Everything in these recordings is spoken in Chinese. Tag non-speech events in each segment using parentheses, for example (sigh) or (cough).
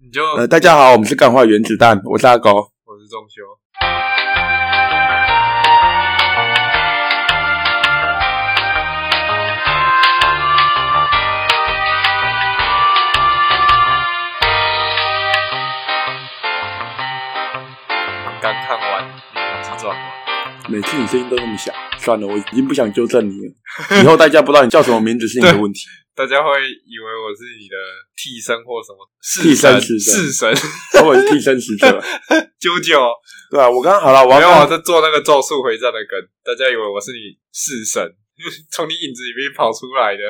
你就呃，大家好，我们是干化原子弹，我是阿狗。我是中修，刚看完《灵魂之转》吗？每次你声音都那么小，算了，我已经不想纠正你 (laughs) 了。以后大家不知道你叫什么名字是你的问题。大家会以为我是你的替身或什么替式身神、式神式神我是替身使者，啾啾。对啊，我刚刚 (laughs) 好了，我要没有我刚在做那个《咒术回战》的梗，大家以为我是你式神， (laughs) 从你影子里面跑出来的，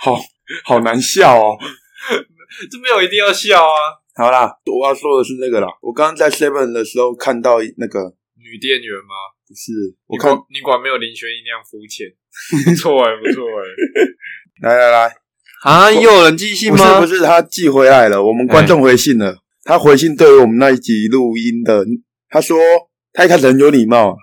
好好难笑哦。 (laughs) 这没有一定要笑啊。好啦，我要说的是那个啦，我刚刚在 Seven 的时候看到那个，女店员吗？不是我你看管你管没有林学一那样肤 (laughs) 浅，不错哎、不错哎、来来来，啊，又有人寄信不是吗？哎不是，他寄回来了，我们观众回信了，他回信对于我们那一集录音的，他说他一开始很有礼貌啊，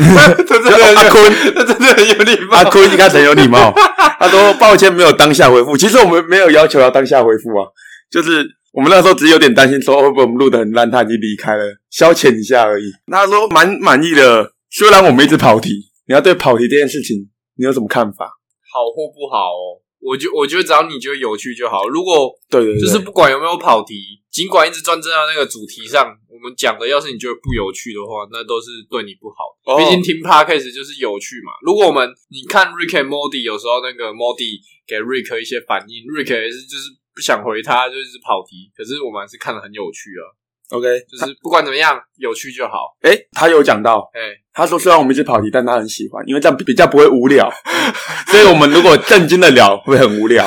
欸 (laughs) 他真的很阿坤他真的很有礼 (laughs) 貌。阿坤一开始很有礼 (laughs) 貌，他说抱歉没有当下回复。其实我们没有要求要当下回复啊，就是我们那时候只是有点担心说会不会我们录的很烂，他已经离开了，消遣一下而已。那他说蛮满意的，虽然我们一直跑题，你要对跑题这件事情你有什么看法？好或不好哦，我觉我觉得只要你觉得有趣就好。如果对对对，就是不管有没有跑题，尽管一直专注到那个主题上，我们讲的要是你觉得不有趣的话，那都是对你不好的。哦毕竟听 podcast 就是有趣嘛。如果我们你看 Rick and Morty，有时候那个 Morty 给 Rick 一些反应，Rick 也是就是不想回他，就是跑题。可是我们还是看得很有趣啊， OK，就是不管怎么样，有趣就好。 (laughs) 哎、他有讲到，哎、 (laughs) 他说虽然我们一直跑题，但他很喜欢，因为这样比较不会无聊。 (laughs) 所以我们如果正经的聊会很无聊。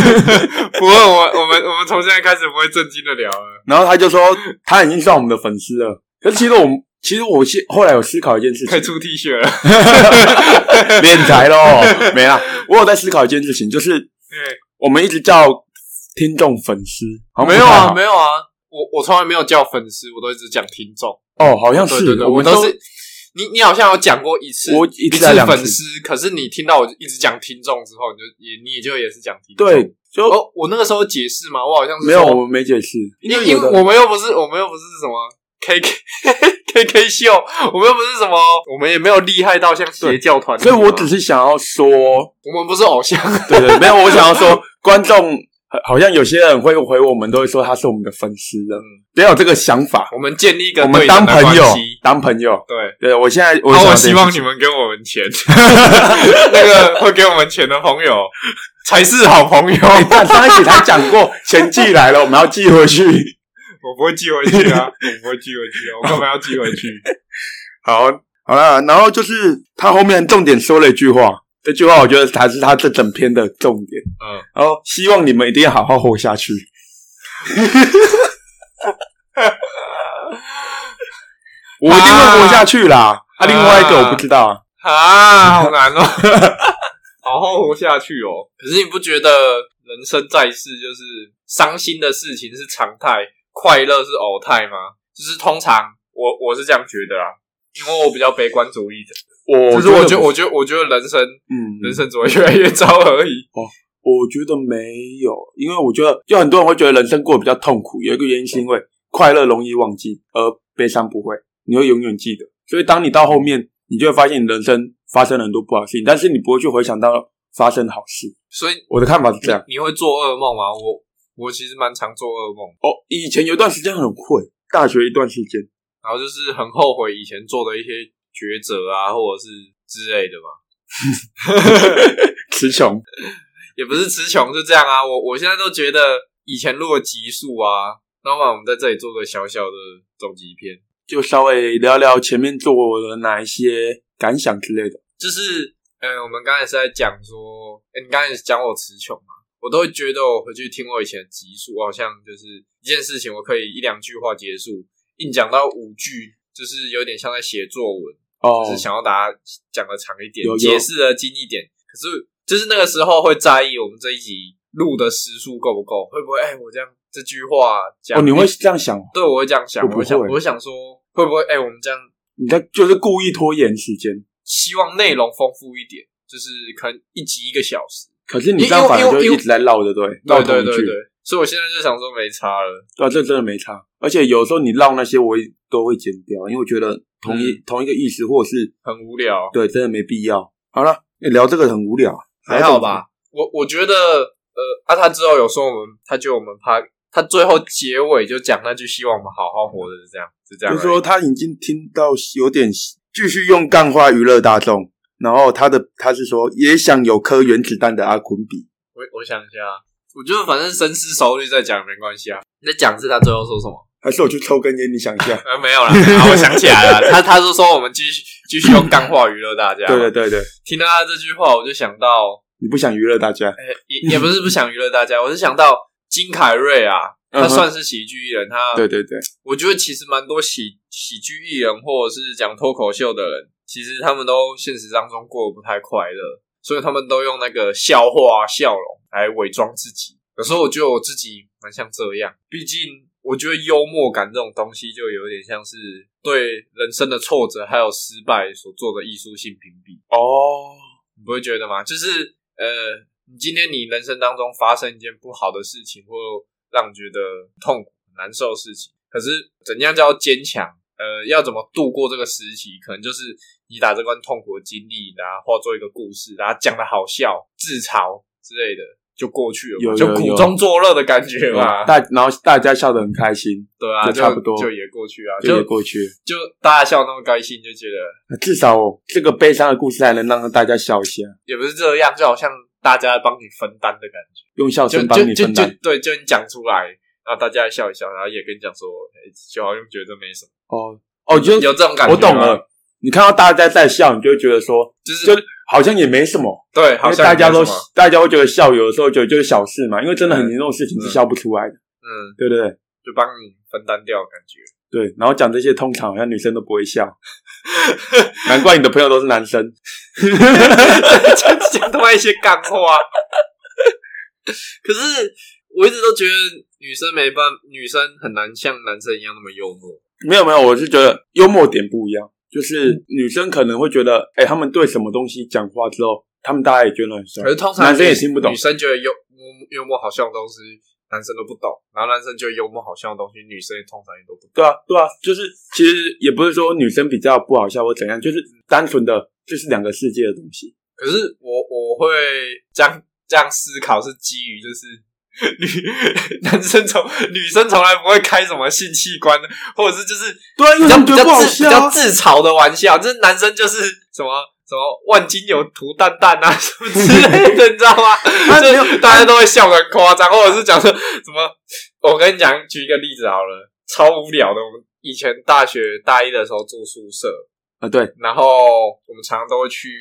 不过我我们我们从现在开始不会正经的聊了。然后他就说他已经算我们的粉丝了，可是其实我们其实我现后来有思考一件事情可以，出 T 恤了， (laughs) 敛财喽， (laughs) 没啦。我有在思考一件事情，就是嗯我们一直叫听众粉丝，好像没不有太啊，好没有啊，我我从来没有叫粉丝，我都一直讲听众。哦，好像对是，对对，我我们都是你你好像有讲过一次，我一一次还两粉次，丝，可是你听到我一直讲听众之后，你就也你也就也是讲听众。对，就哦，我那个时候解释嘛，我好像是没有说我们没解释，因为有因为的我们又不是我们又不是什么 K K K (laughs) K 秀，我们又不是什么，我们也没有厉害到像邪教团体所嘛，以我只是想要说， (laughs) 我们不是偶像，对对，没有，我想要说，观众好好像有些人会回我们，都会说他是我们的粉丝的，不要有这个想法，我们嗯建立一个我们对等当的朋友关系，当朋友。对。对，我现在我然想后要我这希样望你们给我们钱， (laughs) 那个会给我们钱的朋友才是好朋友， (laughs) 哎但上一期才讲过，钱寄来了，我们要寄回去。我不会寄回去啊，我不会寄回 (laughs) 去啊，我干嘛要寄回去？好，好啦，然后就是他后面重点说了一句话，这句话我觉得才是他这整篇的重点。嗯，然后希望你们一定要好好活 (laughs) 下去。我一定会活下去啦。啊，另外一个我不知道啊。啊，好难哦， (laughs) 好好活下去哦。可是你不觉得人生在世就是伤心的事情是常态，快乐是偶态吗？就是通常我我是这样觉得啊，因为我比较悲观主义者，我就是我觉得我我觉得我觉得人生嗯，人生只会越来越糟而已。我觉得没有，因为我觉得有很多人会觉得人生过得比较痛苦，有一个原因是因为快乐容易忘记，而悲伤不会，你会永远记得。所以当你到后面，你就会发现你人生发生了很多不好的事情，但是你不会去回想到发生好事。所以我的看法是这样。你你会做噩梦吗？我我其实蛮常做噩梦，哦，以前有一段时间很会，大学一段时间，然后就是很后悔以前做的一些抉择啊，或者是之类的嘛。词穷。也不是词穷，就这样啊。我我现在都觉得以前录的集数啊，那么我们在这里做个小小的总集篇，就稍微聊聊前面做了哪一些感想之类的。就是嗯，我们刚才是在讲说，诶你刚才讲我词穷嘛，我都会觉得我回去听我以前的集数，我好像就是一件事情，我可以一两句话结束，硬讲到五句，就是有点像在写作文。哦就是想要大家讲的长一点有，有解释的精一点。可是就是那个时候会在意我们这一集录的时数够不够，会不会？哎、我这样这句话讲，哦，你会这样想？对我会这样想，我我不会想，会我会想说会不会？哎、我们这样你在就是故意拖延时间，希望内容丰富一点，就是可能一集一个小时，可是你因这样反而因为就因为一直在绕着，对，绕对同对一句对对，所以我现在就想说没差了。对啊，这真的没差。而且有时候你绕那些我也都会剪掉，因为我觉得同嗯一、同一个意思，或者是很无聊，对，真的没必要。好了，欸聊这个很无聊，还好？吧？我我觉得，呃，啊，他之后有说我们，他就我们怕他最后结尾就讲那句“希望我们好好活着”，这样就这样就而已。是说他已经听到有点继续用干话娱乐大众，然后他的他是说也想有颗原子弹的阿坤比，我我想一下，啊我觉得反正深思熟虑再讲没关系啊。你在讲是他最后说什么？。还是我去抽根烟？你想一下 (laughs) 呃，没有啦，啊，我想起来了，他他是说我们继续继续用干话娱乐大家。对对，对对，听到他这句话，我就想到，你不想娱乐大家，呃、也也不是不想娱乐大家，我是想到金凯瑞啊，嗯他哼算是喜剧艺人，他对对对，我觉得其实蛮多喜喜剧艺人或者是讲脱口秀的人，其实他们都现实当中过得不太快乐，所以他们都用那个笑话啊、笑容来伪装自己。有时候我觉得我自己蛮像这样，毕竟我觉得幽默感这种东西就有点像是对人生的挫折还有失败所做的艺术性评比。哦，你不会觉得吗？就是呃，你今天你人生当中发生一件不好的事情，或让你觉得痛苦、难受的事情，可是怎样叫坚强？呃，要怎么度过这个时期？可能就是你把这段痛苦的经历，然后化作一个故事，然后讲的好笑、自嘲之类的，就过去了嘛，有有就有苦中作乐的感觉嘛。大然后大家笑得很开心，对啊，就就差不多就也过去啊，就就也过去了。就大家笑得那么开心，就觉得至少这个悲伤的故事还能让大家啊笑一下，也不是这样，就好像大家帮你分担的感觉。用笑就声就帮你就分就担。对，就你讲出来，然后大家笑一笑，然后也跟你讲说，哎、就好像觉得没什么，哦哦，就有这种感觉，我懂，了。你看到大家在笑，你就会觉得说，就是就好像也没什么，对，因好为像大家没都什么大家会觉得笑，有的时候觉得就是小事嘛，因为真的很严重的事情是笑不出来的，嗯，对不对？就帮你分担掉的感觉， (laughs) 对，然后讲这些，通常好像女生都不会笑， (laughs) 难怪你的朋友都是男生。讲他妈一些干话。 (laughs) 可是我一直都觉得女生没办，女生很难像男生一样那么幽默。没有没有，我是觉得幽默点不一样，嗯就是女生可能会觉得，哎，他们对什么东西讲话之后，他们大家也觉得很笑可，是通常男生也女听不懂女生觉得幽幽幽默好笑的东西，男生都不懂，然后男生觉得幽默好笑的东西，女生也通常也都不懂。对啊，对啊，就是其实也不是说女生比较不好笑或怎样，就是单纯的就是两个世界的东西。可是我我会这样这样思考，是基于就是 (laughs) 女男生从女生从来不会开什么性器官，或者是就是对啊，因比为较他们比觉得较不好自笑比较啊，自嘲的玩笑，就是男生就是什么什么万金油涂蛋蛋啊 (laughs) 什么之类 (laughs) 的，你知道吗？啊没有就是大家都会笑得很夸张，或者是讲说什么，我跟你讲，举一个例子好了，超无聊的。我们以前大学大一的时候住宿舍，啊，对，然后我们常常都会去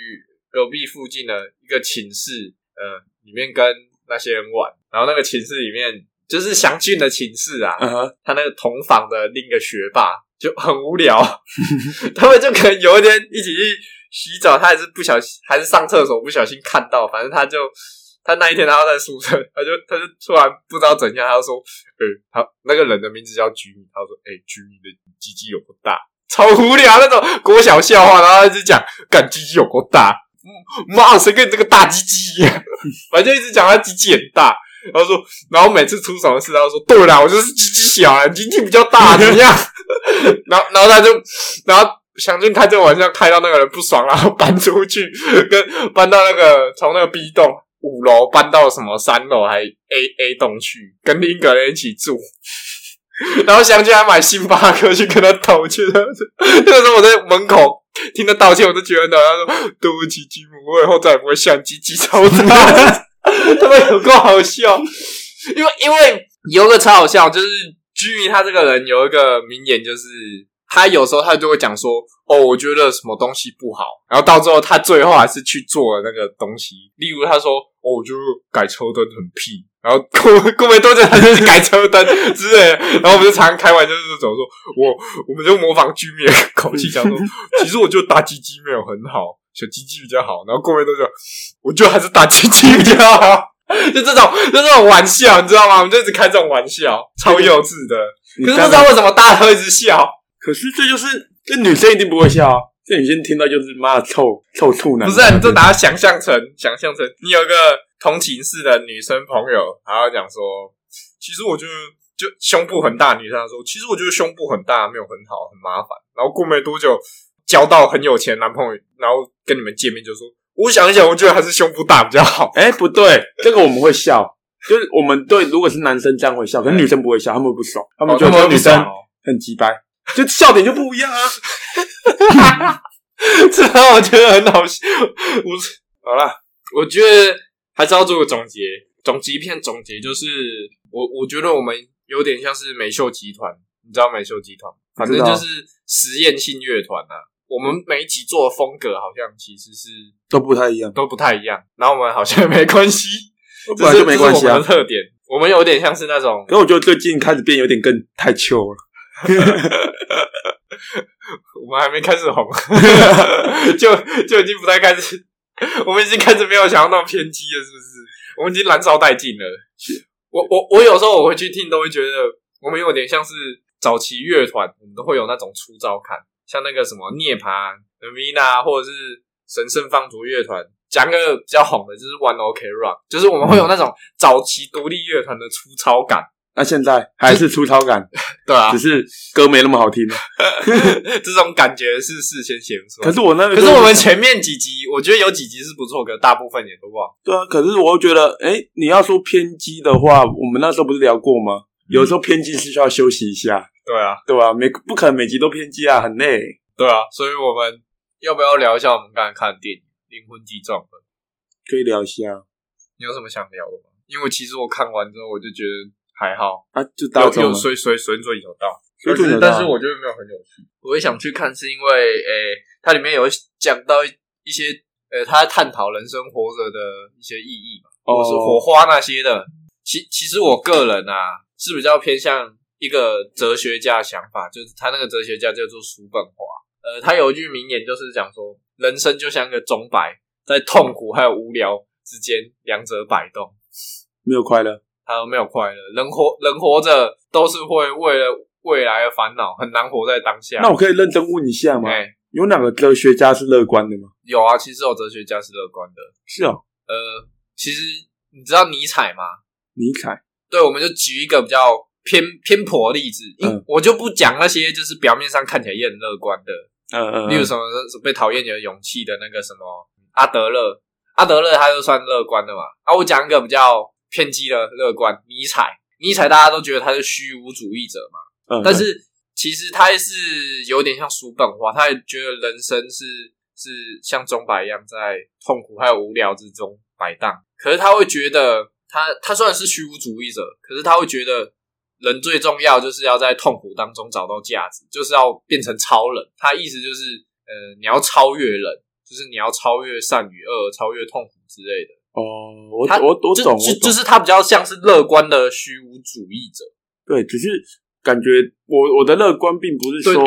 隔壁附近的一个寝室，呃，里面跟那些人玩。然后那个寝室里面就是祥俊的寝室啊，嗯哼，他那个同房的另一个学霸就很无聊， (laughs) 他们就可能有一天一起去洗澡，他也是不小心，还是上厕所不小心看到，反正他就他那一天他要在宿舍，他就他就突然不知道怎样，他就说，呃、他那个人的名字叫居民，他说，哎、居民的鸡鸡有多大？超无聊那种国小笑话，然后他就讲，干鸡鸡有多大？嗯妈，谁跟你这个大鸡鸡一样？反正就一直讲他鸡鸡很大，然后说，然后每次出什么事，他就说：“对啦，我就是鸡鸡小啊，鸡鸡比较大，怎么样？” (laughs) 然后，然后他就，然后祥俊开这个玩笑开到那个人不爽，然后搬出去，跟搬到那个从那个 B 栋五楼搬到什么三楼还 A A 栋去，跟另一个人一起住。 (laughs) 然后祥俊还买星巴克去跟他道歉，他说那个时候我在门口听他道歉，我都觉得很恼他说：“对不起，吉姆，我以后再也不会像鸡鸡超大。”他们有够好笑。因为因为有一个超好笑，就是居民他这个人有一个名言，就是他有时候他就会讲说，哦，我觉得什么东西不好，然后到最后他最后还是去做了那个东西。例如他说，哦，我觉得改车灯很屁。然后过过没多久，他就是改车灯之类的。然后我们就常常开玩笑，就是怎么说，我我们就模仿居民的口气，讲说，其实我觉得大鸡鸡没有很好，小鸡鸡比较好。然后过没多久，我觉得还是大鸡鸡比较好。就这种就这种玩笑，你知道吗？我们就一直开这种玩笑，超幼稚的。你可是当不然知道为什么大家都一直笑，可是这就是这女生一定不会笑啊，这女生听到就是妈的臭臭处男，不是、啊？你就把它想象成想象成你有一个同寝室的女生朋友，然后讲说。其实我觉得就胸部很大，女生她说，其实我觉得胸部很大没有很好，很麻烦。然后过没多久交到很有钱的男朋友，然后跟你们见面就说，我想一想，我觉得还是胸部大比较好。哎、不对，这个我们会笑，就是我们对，如果是男生这样会笑，可是女生不会笑，他们会不爽，他们哦觉得女不爽生哦很鸡掰，就笑点就不一样啊。 (laughs) (laughs) 这让我觉得很好笑。我是好啦，我觉得还是要做个总结，总结片总结就是我我觉得我们有点像是美秀集团，你知道美秀集团吗，反正知道就是实验性乐团啊。我们每一集做的风格好像其实是都不太一样，都不太一样，然后我们好像没关系，本来就没关这是系我们啊的。特点，我们有点像是那种可我觉得最近开始变有点更太糗了，我们还没开始红，就就已经不太开始，我们已经开始没有想要那么偏激了，是不是？我们已经燃烧殆尽了。我我我有时候我会去听，都会觉得我们有点像是早期乐团，我们都会有那种出照看，像那个什么涅槃、Mina 或者是神圣放逐乐团。讲个比较红的，就是 One OK Rock，就是我们会有那种早期独立乐团的粗糙感，那现在还是粗糙感，对啊 (laughs) (laughs) 只，是歌没那么好听了。这种感觉是事先写不出来可。是我那个，可是我们前面几集，我觉得有几集是不错，可大部分也都不好。对啊，可是我又觉得，哎、你要说偏激的话，我们那时候不是聊过吗？有时候偏激是需要休息一下，对啊，对吧、每不可能每集都偏激啊，很累。对啊，所以我们要不要聊一下我们刚才看的电影《灵魂急转弯》？可以聊一下你有什么想聊的吗？因为其实我看完之后，我就觉得还好，啊，就大有众有了水水水准有到，水准有到但是但是我觉得没有很有趣。我会想去看，是因为诶、它里面有讲到一些呃，他探讨人生活着的一些意义嘛。或是火哦，花那些的。其其实我个人啊是比较偏向一个哲学家的想法，就是他那个哲学家叫做叔本华，呃，他有一句名言就是讲说，人生就像一个钟摆，在痛苦还有无聊之间两者摆动，没有快乐，他都没有快乐。人活人活着都是会为了未来而烦恼，很难活在当下。那我可以认真问一下吗？啊哎、有哪个哲学家是乐观的吗？有啊，其实有哲学家是乐观的，是哦，呃，其实你知道尼采吗？尼采。对，我们就举一个比较偏偏颇的例子，因、嗯我就不讲那些就是表面上看起来也很乐观的，嗯嗯呃例如什么被讨厌的勇气的那个什么阿德勒，阿德勒他就算乐观的嘛。啊，我讲一个比较偏激的乐观，尼采，尼采大家都觉得他是虚无主义者嘛，嗯，但是其实他也是有点像叔本华，他也觉得人生是是像钟摆一样在痛苦还有无聊之中摆荡。可是他会觉得他，他虽然是虚无主义者，可是他会觉得人最重要就是要在痛苦当中找到价值，就是要变成超人。他意思就是，呃，你要超越人，就是你要超越善与恶，超越痛苦之类的。哦，我他我我就懂，就我就懂。是他比较像是乐观的虚无主义者。对，只是感觉我我的乐观并不是对说，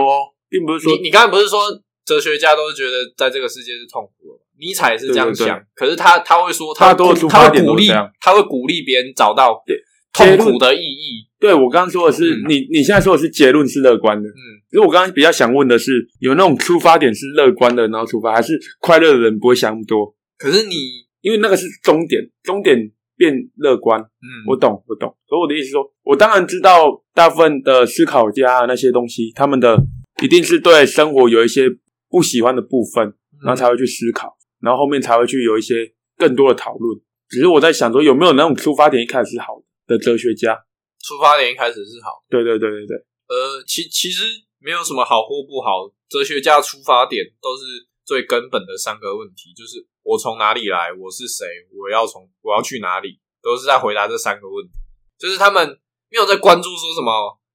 并不是说你你刚才不是说哲学家都是觉得在这个世界是痛苦的吗？尼采也是这样想，对对可是他他会说他大多会数鼓他发会点鼓都是励这样他会鼓励别人找到对痛苦的意义。对我刚刚说的是，嗯你你现在说的是结论是乐观的，嗯，因为我刚刚比较想问的是，有那种出发点是乐观的，然后出发，还是快乐的人不会想那么多？可是你因为那个是终点，终点变乐观，嗯我懂，我懂。所以我的意思是说，我当然知道大部分的思考家啊那些东西，他们的一定是对生活有一些不喜欢的部分，嗯然后才会去思考，然后后面才会去有一些更多的讨论。只是我在想说，有没有那种出发点一开始是好的哲学家？出发点一开始是好，对对对对对，呃，其其实没有什么好或不好，哲学家出发点都是最根本的三个问题，就是我从哪里来，我是谁，我要从我要去哪里，都是在回答这三个问题。就是他们没有在关注说什么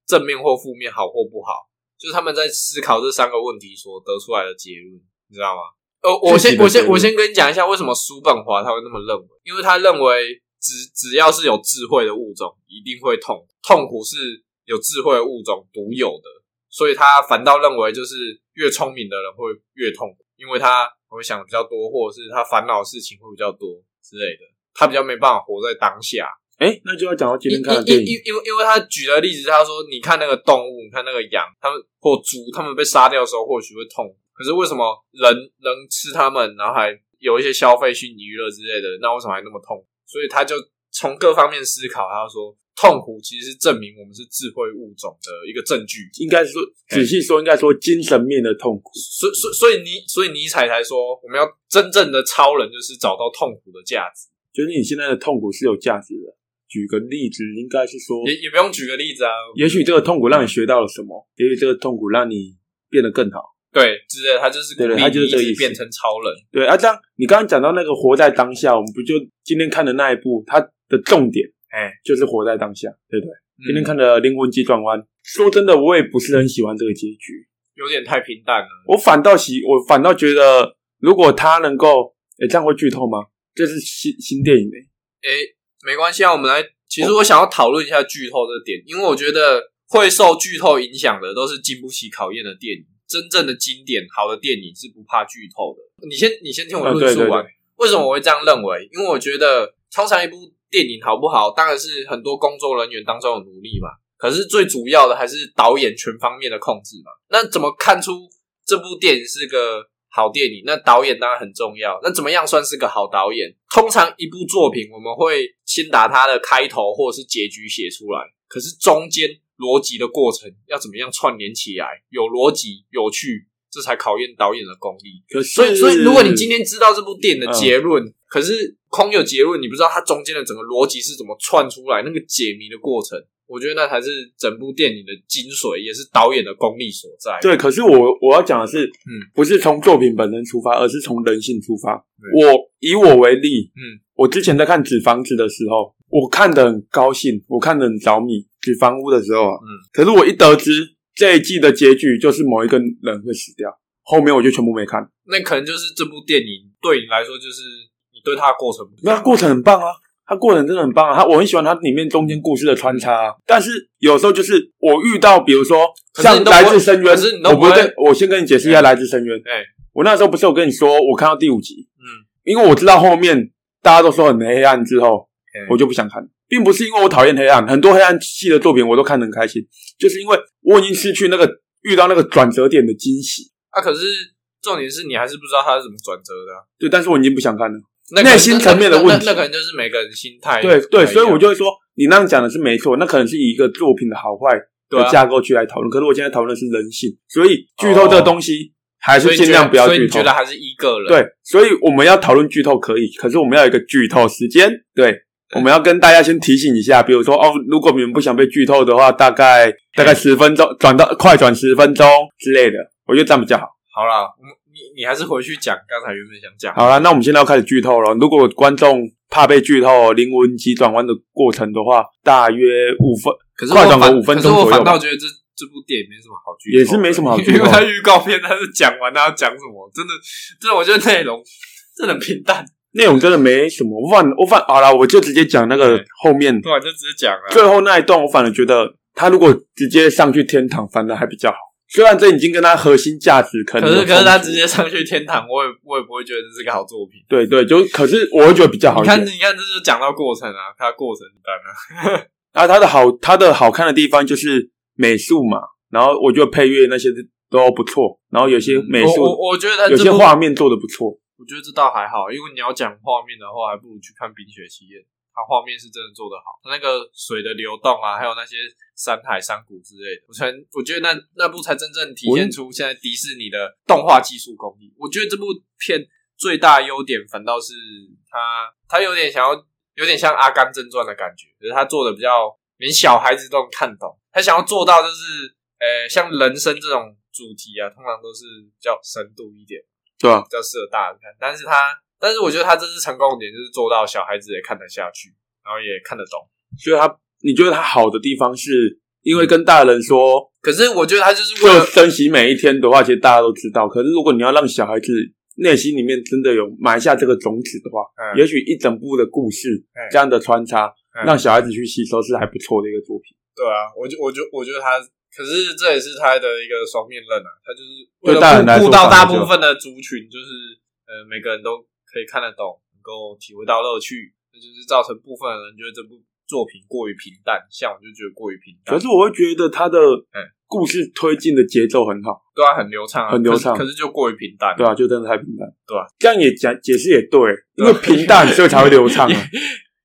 正面或负面好或不好，就是他们在思考这三个问题所得出来的结论，你知道吗？呃，我自己先的我先结论我先跟你讲一下为什么叔本华他会那么认为，因为他认为只只要是有智慧的物种，一定会痛，痛苦是有智慧的物种独有的，所以他反倒认为就是越聪明的人会越痛苦，因为他会想的比较多，或者是他烦恼的事情会比较多之类的，他比较没办法活在当下。哎，那就要讲到今因天看的因电因影因因为因为他举的例子，他说你看那个动物，你看那个羊，他们或猪，他们被杀掉的时候或许会痛，可是为什么人能吃它们，然后还有一些消费性娱乐之类的，那为什么还那么痛？所以他就从各方面思考，他就说痛苦其实是证明我们是智慧物种的一个证据。应该说哎仔细说，应该说精神面的痛苦。所所所以尼所以尼采才说，我们要真正的超人就是找到痛苦的价值。就是你现在的痛苦是有价值的。举个例子，应该是说，也也不用举个例子啊，也许这个痛苦让你学到了什么，也许这个痛苦让你变得更好。对，之类的，他就是鼓对对励他就是你一这个直意思变成超人。对啊，这样你刚刚讲到那个活在当下，我们不就今天看的那一部，它的重点哎，就是活在当下，对不对？嗯今天看的《灵魂急转弯》，说真的，我也不是很喜欢这个结局。有点太平淡了。我反倒喜，我反倒觉得，如果他能够，诶、这样会剧透吗？这是新新电影诶、诶、没关系啊，我们来。其实我想要讨论一下剧透这点，因为我觉得会受剧透影响的都是经不起考验的电影。真正的经典、好的电影是不怕剧透的。你先，你先听我啊论述对对完。为什么我会这样认为？因为我觉得通常一部电影好不好，当然是很多工作人员当中有努力嘛。可是最主要的还是导演全方面的控制嘛。那怎么看出这部电影是个好电影？那导演当然很重要。那怎么样算是个好导演？通常一部作品我们会先把它的开头或者是结局写出来，可是中间逻辑的过程要怎么样串联起来？有逻辑、有趣，这才考验导演的功力。可是，所以，所以如果你今天知道这部电影的嗯结论，可是空有结论，你不知道它中间的整个逻辑是怎么串出来，那个解谜的过程，我觉得那才是整部电影的精髓，也是导演的功力所在。对，可是我我要讲的是，嗯，不是从作品本身出发，而是从人性出发。对我以我为例，嗯，我之前在看《纸房子》的时候，我看得很高兴，我看得很着迷，《纸房屋》的时候啊，嗯，可是我一得知这一季的结局就是某一个人会死掉，后面我就全部没看。那可能就是这部电影对你来说，就是你对它的过程不一那样，它过程很棒啊，它过程真的很棒啊，它我很喜欢它里面中间故事的穿插、啊。但是有时候就是我遇到，比如说可是像你《都不会来自深渊可是你》，都我不会不跟我先跟你解释一下《来自深渊》。哎我那时候不是有跟你说，我看到第五集，嗯，因为我知道后面大家都说很黑暗之后，嗯我就不想看，并不是因为我讨厌黑暗，很多黑暗系的作品我都看得很开心，就是因为我已经失去那个遇到那个转折点的惊喜。啊，可是重点是你还是不知道它是怎么转折的啊、对，但是我已经不想看了。那可能内心层面的问题那那那可能就是每个人心态对对，不太一样所以我就会说，你那样讲的是没错，那可能是以一个作品的好坏对的啊架构去来讨论。可是我现在讨论的是人性，所以剧透这个东西还哦所是以你觉尽得量不要所以剧你透觉。得还是一个人对，所以我们要讨论剧透可以，可是我们要有一个剧透时间。对，我们要跟大家先提醒一下，比如说哦，如果你们不想被剧透的话，大概大嗯概十分钟转到快转十分钟之类的，我觉得这样比较好。好啦，我们你你还是回去讲刚才原本想讲的。好了，那我们现在要开始剧透了。如果观众怕被剧透灵魂急转弯的过程的话，大约五分可是快我转个反5分可钟是我左右反吧倒觉得这这部电影没什么好剧透的，也是没什么好剧哦因为透他预告片他是讲完他要讲什么，真的，真的我觉得内容真的很平淡，内容真的没什么。我反我反好了，我就直接讲那个对后面突然就直接讲了。最后那一段，我反而觉得他如果直接上去天堂，反而还比较好。虽然这已经跟他核心价值可能可有是可是他冲突直接上去天堂，我也我也不会觉得这是个好作品。对对，就可是我会觉得比较好你一看点。你看，这就讲到过程啊，他过程单啊，然后他的好，他的好看的地方就是美术嘛，然后我觉得配乐那些都不错，然后有些美我术、我我觉得他有这些部画面做的不错。我觉得这倒还好，因为你要讲画面的话，还不如去看《冰雪奇缘》，它画面是真的做得好，那个水的流动啊，还有那些山海、山谷之类的，我才我觉得那那部才真正体现出现在迪士尼的动画技术工艺。我觉得这部片最大的优点反倒是它，它有点想要，有点像《阿甘正传》的感觉，可是它做的比较连小孩子都能看懂，他想要做到就是，呃，像人生这种主题啊，通常都是比较深度一点。对吧、比较适合大人看。但是他，但是我觉得他这次成功的点就是做到小孩子也看得下去，然后也看得懂。所以他，你觉得他好的地方是，因为跟大人说可是我觉得他就是为就了，珍惜每一天的话，其实大家都知道。可是如果你要让小孩子内心里面真的有埋下这个种子的话，嗯也许一整部的故事、嗯这样的穿插，嗯让小孩子去吸收是还不错的一个作品。对啊，我就我就我觉得他，可是这也是他的一个双面刃啊，他就是对为大人来了顾说顾到大反而就部分的族群，就是呃每个人都可以看得懂，能够体会到乐趣，这就是造成部分的人觉得这部作品过于平淡，像我就觉得过于平淡可。是我会觉得他的嗯故事推进的节奏很好，对啊，很流畅啊，很流畅可是可是就过于平淡，对吧、啊就真的太平淡，对啊这样也讲解释也对，因对 (laughs) 为平淡所以才会流畅啊。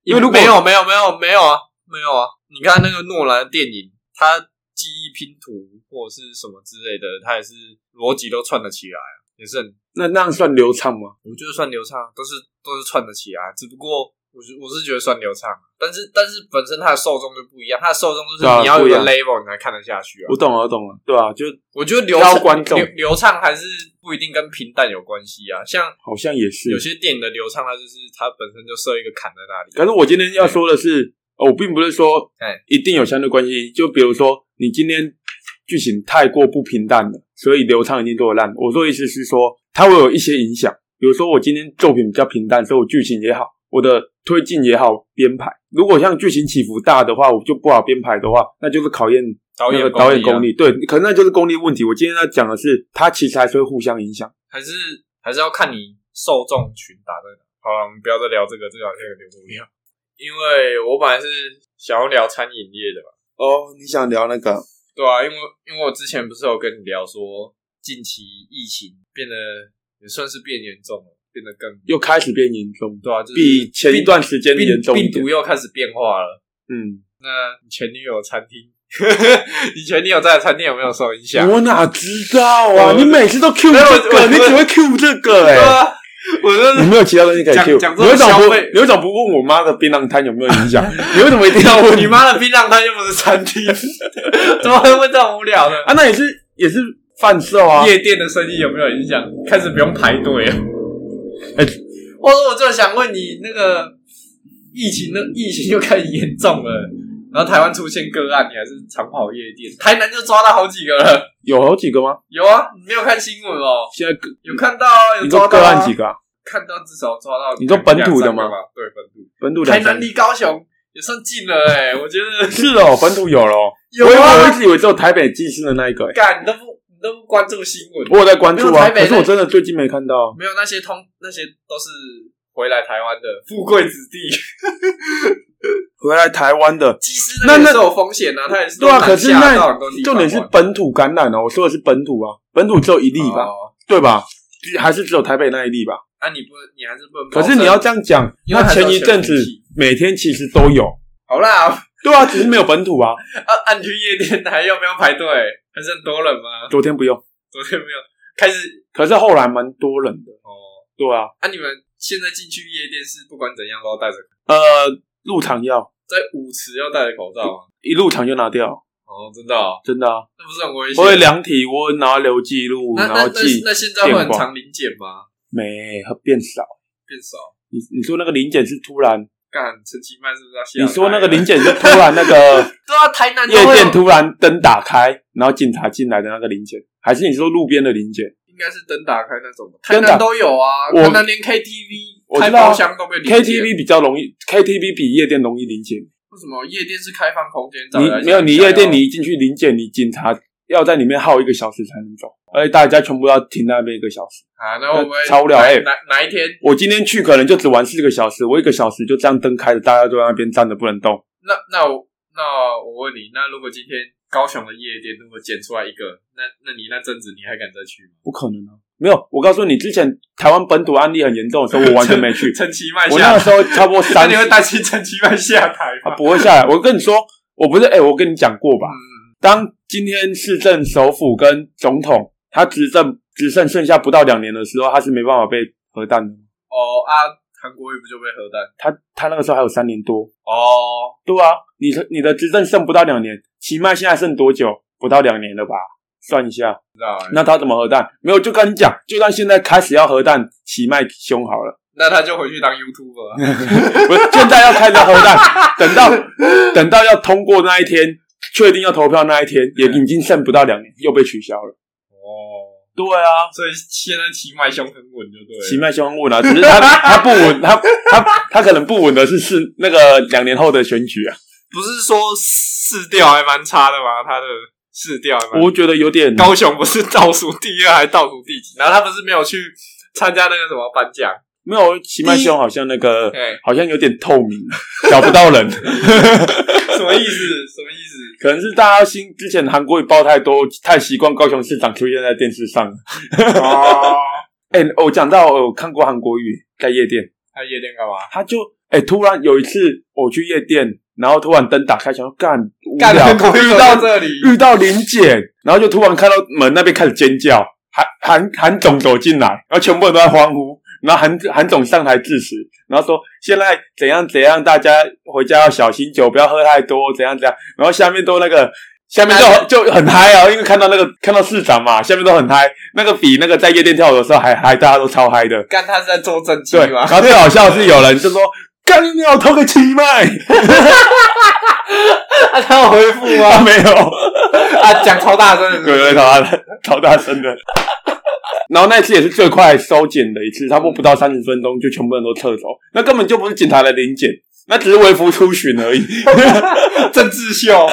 因因为如果没有没有没有没有啊，没有啊，你看那个诺兰的电影，他记忆拼图或者是什么之类的，他也是逻辑都串得起来啊，也是很那那样算流畅吗？我觉得算流畅，都是都是串得起来，啊只不过我是我是觉得算流畅，啊但是但是本身它的受众就不一样，它的受众就是对啊你要有不一个样 level 你才看得下去啊。我懂了，我懂了，对啊，就我觉得流挑畅观众流流畅还是不一定跟平淡有关系啊，像好像也是有。些电影的流畅，它就是它本身就设一个坎在那里。啊可是我今天要说的是，哦我并不是说哎一定有相对关系。就比如说，你今天剧情太过不平淡了，所以流畅一定做得烂。我说的意思是说，它会有一些影响。比如说，我今天作品比较平淡，所以我剧情也好，我的推进也好，编排。如果像剧情起伏大的话，我就不好编排的话，那就是考验导那演个导演功力啊功力。对，可能那就是功力问题。我今天要讲的是，它其实还是会互相影响。还是还是要看你受众群打在哪。好啊了，我们不要再聊这个，这个好像有点无聊。因为我本来是想要聊餐饮业的嘛，哦，你想聊那个？对啊，因为因为我之前不是有跟你聊说，近期疫情变得也算是变严重了，变得更又开始变严重，对啊，就是比前一段时间病严重一病点毒。又开始变化了。嗯，那你前女友餐厅， (laughs) 你前女友在的餐厅有没有受影响？我哪知道我啊？你每次都 Q 哦没有这我个，你只会 Q 这个对哎、啊，我真你是没有其他东西可以讲 Q，讲这你为种什么消不费？你为什么不问我妈的槟榔摊有没有 (laughs) 影响？你为什么一定要 (laughs) 问你妈的槟榔摊又不是餐厅， (laughs) 怎么会问这种无聊的？啊？那也是也是贩售啊。夜店的生意有没有影响？开始不用排 (laughs) 队了。哎我说我就想问你，那个疫情的疫情又开始严重了，然后台湾出现个案，你还是长跑夜店，台南就抓到好几个了。 (laughs) 有好几个吗？有啊，你没有看新闻哦？现在个有看到啊，有你抓说到、个啊、案几个啊？看到至少抓到你说本土的两三吗个吧？对，本土。本土台两三南个离高雄也算近了哎、我觉 (laughs) 得是哦，本土有了哦。有我以为我一啊。直以为只有台北寄生的那一个、欸，干，你都不你都不关注新闻，我有在关注没有啊。台北可那是我真的最近没看到。哦没有那些通那些都是回来台湾的富贵子弟，回来台湾的 (laughs) 技师那个那那也是有风险啊，他也是对啊，可是那重重点是本土感染哦，我说的是本土啊，本土只有一例吧，哦对吧？还是只有台北那一例吧？啊，你不你还是不能保可证，是你要这样讲，因为那还是有前一阵子潜伏期每天其实都有，好啦，啊对啊，只是没有本土啊。啊，你去夜店还要不要排队？还是很多人吗？昨天不用，昨天没有开始可是后来蛮多人的，哦，对啊，啊，你们现在进去夜店是不管怎样都要戴着，呃，入场要在舞池要戴着口罩吗？一入场就拿掉，哦，真的哦，真的啊，那不是很危险？我会量体温，然后留记录，那然那后那记那现在会电很话常临检吗？没变少。变少。你你说那个零检是突然，干陈其迈是不是要下台你了？说那个零检是突然那个。对啊，台南都夜会有店突然灯打开，然后警察进来的那个零检，还是你说路边的零检应该是灯打开那种吧，台灯打南都有啊，我台南连 KTV 我开知道啊包厢都 (laughs) 被临检？KTV 比较容易，KTV 比夜店容易零检。为什么夜店是开放空间？找人来你没有，你想哦夜店要你一进去零检，你警察要在里面耗一个小时才能走，而且大家全部要停在那边一个小时。啊，那会不会超无聊哪欸哪哪一天？我今天去可能就只玩四个小时，我一个小时就这样灯开着，大家都在那边站着不能动。那那我那我问你，那如果今天高雄的夜店如果捡出来一个，那那你那阵子你还敢再去吗？。不可能啊！没有，我告诉你，之前台湾本土案例很严重的时候，我完全没 (laughs) 去陈其迈我那下个台，时候差不多 (laughs) 那三你十会，担心陈其迈下台啊吗？不会下来。我跟你说，我不是哎、我跟你讲过吧？嗯，当今天市政首府跟总统他执政执政剩下不到两年的时候，他是没办法被核弹的。哦啊，韩国瑜不就被核弹？他他那个时候还有三年多，哦，对啊，你的你的执政剩不到两年，起码现在剩多久？不到两年了吧？算一下，不知道欸那他怎么核弹？没有，就跟你讲，就算现在开始要核弹，起卖凶好了，那他就回去当 YouTuber 啊。不是现在要开始核弹，等到等到要通过那一天，确定要投票那一天，也已经剩不到两年，又被取消了。哦，对啊，所以现在起麦胸很稳，就对了。奇迈凶稳啊，只是他 (laughs) 他不稳，他他他可能不稳的是是那个两年后的选举啊，不是说市调还蛮差的吗？他的市调还蛮我觉得有点高雄不是倒数第二还倒数第几？然后他不是没有去参加那个什么颁奖？没有奇迈凶好像那个哎，好像有点透明，找不 (laughs) 到人，什么意思？什么意思？可能是大家新之前韩国语报太多，太习惯高雄市长出现在电视上了。 (laughs) 哦，哎、我讲到我看过韩国语在夜店，他夜店干嘛？他就哎、突然有一次我去夜店，然后突然灯打开，想要干无干聊，我遇遇到到这里，遇到林检，然后就突然看到门那边开始尖叫，韩韩韩总走进来，然后全部人都在欢呼，然后韩韩总上台致辞，然后说现在怎样怎样，大家回家要小心酒，不要喝太多，怎样怎样，然后下面都那个。下面就就很嗨啊，因为看到那个看到市长嘛，下面都很嗨，那个比那个在夜店跳舞的时候还嗨，大家都超嗨的。干他是在做正经对，吗然？后最好笑的是有人就说：“干你鸟，偷个七麦啊， (laughs) 他有回复！”他 (laughs) 吗？没有，啊，讲超大声 (laughs) 的，对对，超大声，超大声的。 (laughs) 然后那次也是最快收检的一次，差不多不到三十分钟就全部人都撤走，那根本就不是警察的临检，那只是微服出巡而已， (laughs) 政治秀，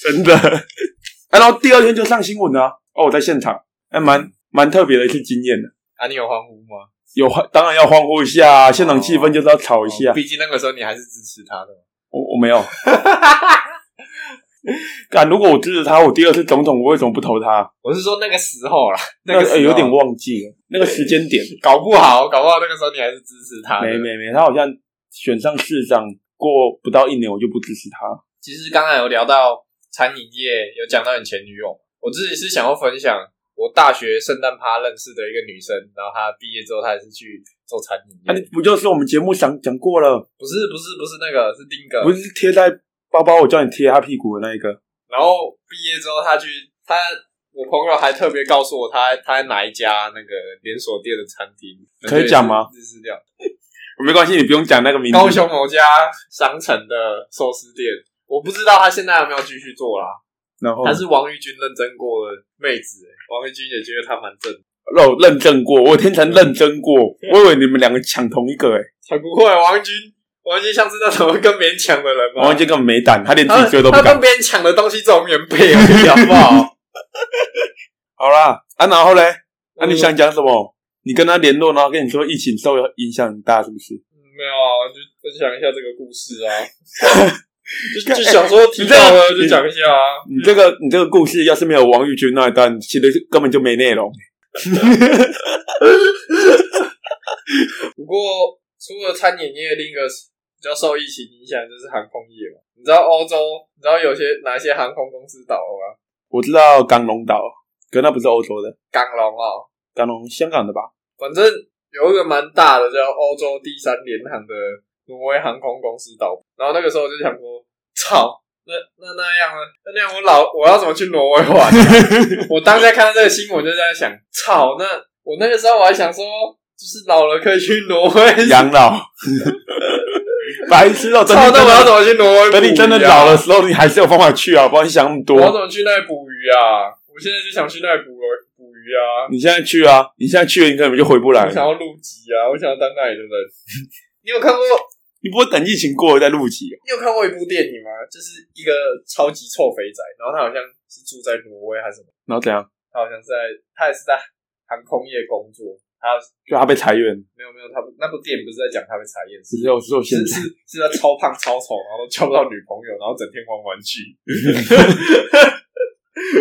真的。啊然后第二天就上新闻了啊、哦，我在现场，还蛮蛮特别的一次经验的。啊，你有欢呼吗？有欢当然要欢呼一下啊，现场气氛就是要吵一下。哦毕竟那个时候你还是支持他的。我我没有。 (laughs) 干，如果我支持他，我第二次总统，我为什么不投他？我是说那个时候啦，那个个、时候啊呃有点忘记了那个时间点。搞不好，搞不好那个时候你还是支持他的。没没没，他好像选上市长过不到一年，我就不支持他。其实刚才有聊到餐饮业，有讲到你前女友，我自己是想要分享我大学圣诞趴认识的一个女生，然后她毕业之后她也是去做餐饮那、业，你不就是我们节目讲讲过了，不是不是不是那个是另一个，不是贴在包包，我叫你贴他屁股的那一个？然后毕业之后她去她。我朋友还特别告诉我她，她在哪一家那个连锁店的餐厅，可以讲吗？日式料理，没关系，你不用讲那个名字。高雄某家商城的寿司店，我不知道她现在有没有继续做啦。然后她是王玉君认真过的妹子、欸，王玉君也觉得她蛮正的。让我认证过，我天成认真过，我以为你们两个抢同一个、欸，才不会，王一军，王一军像是那种会跟别人抢的人吗？王文杰根本没胆，啊他连自他己追都不他跟敢。别人抢的东西这种棉被，我跟你讲 (laughs) 好不好？好啦，啊，然后嘞，嗯那、你想讲什么？你跟他联络，然后跟你说疫情受影响很大，是不是？嗯没有啊？就分享一下这个故事 (laughs) 啊，就看就想说提到了就讲一下 (laughs) 啊。哎你这个你这个故事要是没有王玉军那一段，其实根本就没内容。不过除了餐饮业，另一个比较受疫情影响就是航空业嘛。你知道欧洲，你知道有些哪些航空公司倒了吗？我知道港龙岛，可那不是欧洲的，港龙哦，港龙香港的吧？反正有一个蛮大的叫欧洲第三联航的挪威航空公司倒闭，然后那个时候我就想说，操，那那那样呢？那那样我老我要怎么去挪威 (laughs) 玩？我当下看到这个新闻就在想，操，那我那个时候我还想说，就是老了可以去挪威，养老， (laughs) 白痴哦、等操，你那真我要的怎么去挪威、啊等你真的老的，时候，你还是有方法去啊，不然你想那么我要怎多。么去那里捕鱼啊？我现在就想去那里捕捕鱼 (laughs) 啊！你现在去啊，你现在去了，你可能就回不来我想了。要入籍啊！我想要当那里的人。 (laughs) 你有看过你不会等疫情过了再哦入籍、你有看过一部电影吗？就是一个超级臭肥宅，然后他好像是住在挪威还是什么，然后怎样？他好像是在他也是在航空业工作。他就他被裁员，没有没有，他不那部电影不是在讲他被裁员，是只有只有现是是在是他超胖超丑，然后都交不到女朋友，然后整天玩玩具， (laughs)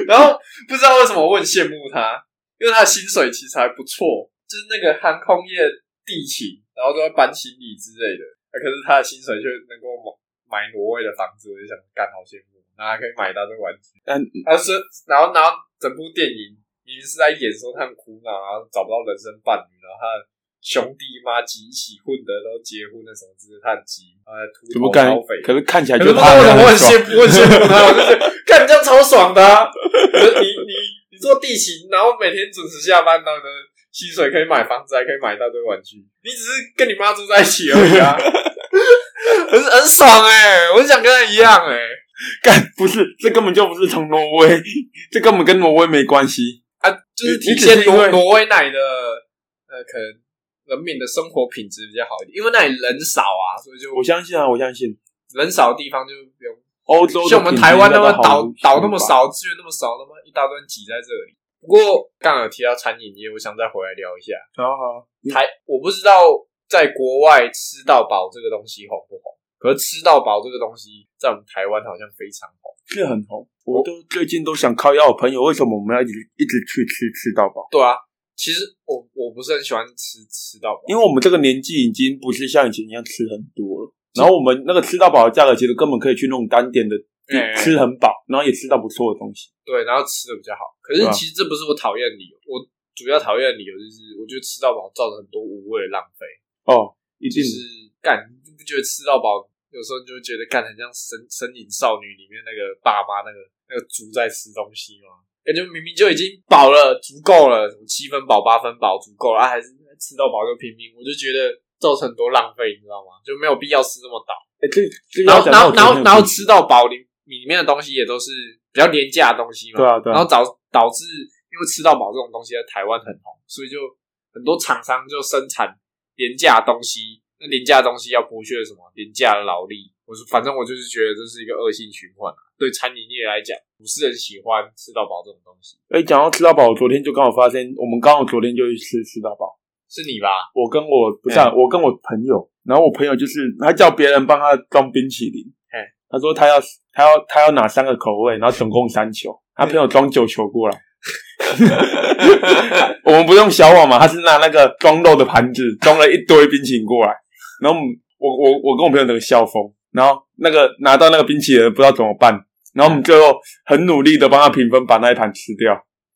然后不知道为什么我很羡慕他，因为他的薪水其实还不错，就是那个航空业地勤，然后都要搬行李之类的，啊、可是他的薪水却能够买买挪威的房子，我就想干好羡慕，然后还可以买到这个玩具，但他是然后然后整部电影明明是在演说他很苦恼，然后找不到人生伴侣，然后他的兄弟妈几一起混的都结婚了什么之类的，他很急，然后在秃怎么头干消？费。可是看起来可就不是是知他道为什么我很爽羡慕，我很羡慕他，我就是干这样超爽的、啊。你你你做地勤，然后每天准时下班，然后呢，薪水可以买房子，还可以买一大堆玩具。你只是跟你妈住在一起而已 (laughs) 啊，很很爽哎、我想跟他一样哎、干不是，这根本就不是从挪威，这根本跟挪威没关系。啊，就是你体你只是现因挪为挪威那里的呃，可能人民的生活品质比较好一点，因为那里人少啊，所以就我相信啊，我相信人少的地方就不用欧洲的像我们品质台湾那么应该都好岛无岛数那么吧，少，资源那么少，那么一大堆人挤在这里。不过刚刚有提到餐饮业，我想再回来聊一下好好台。我不知道在国外吃到饱这个东西红不红，可是吃到饱这个东西在我们台湾好像非常红。是很红。我都最近都想靠邀我朋友，为什么我们要一直一直去吃吃到饱？对啊，其实我我不是很喜欢吃吃到饱，因为我们这个年纪已经不是像以前一样吃很多了，然后我们那个吃到饱的价格，其实根本可以去那种单点的地哎吃很饱，然后也吃到不错的东西。对，然后吃的比较好。可是对啊其实这不是我讨厌的理由，我主要讨厌的理由就是我觉得吃到饱造成很多无谓的浪费，哦，一就定是干，你不觉得吃到饱有时候你就会觉得干很像身《身影少女》里面那个爸妈那个那个猪在吃东西吗？感觉明明就已经饱了，足够了，什么七分饱、八分饱足够了，啊、还是吃到饱就拼命，我就觉得造成很多浪费，你知道吗？就没有必要吃那么饱。哎，这这个然要后讲然到后我然后然后昨天的故事吃到饱里里面的东西也都是比较廉价的东西嘛，对啊对啊然后导导致因为吃到饱这种东西在台湾很红，所以就很多厂商就生产廉价的东西，那廉价的东西要剥削什么廉价的劳力，我是反正我就是觉得这是一个恶性循环啊，对餐饮业来讲不是很喜欢吃到饱这种东西，哎，讲到吃到饱，我昨天就刚好发现，我们刚好昨天就去吃吃到饱。是你吧？我跟我不哎是啊、我跟我朋友，然后我朋友就是他叫别人帮他装冰淇淋，嗯他说他要他要他要哪三个口味，然后总共三球，他朋友装九球过来。 (laughs) 我们不用小碗嘛，他是拿那个装肉的盘子装了一堆冰淇淋过来，然后我们我我我跟我朋友整个笑疯，然后那个拿到那个冰淇淋不知道怎么办，然后我们最后很努力的帮他平分，把那一盘吃掉。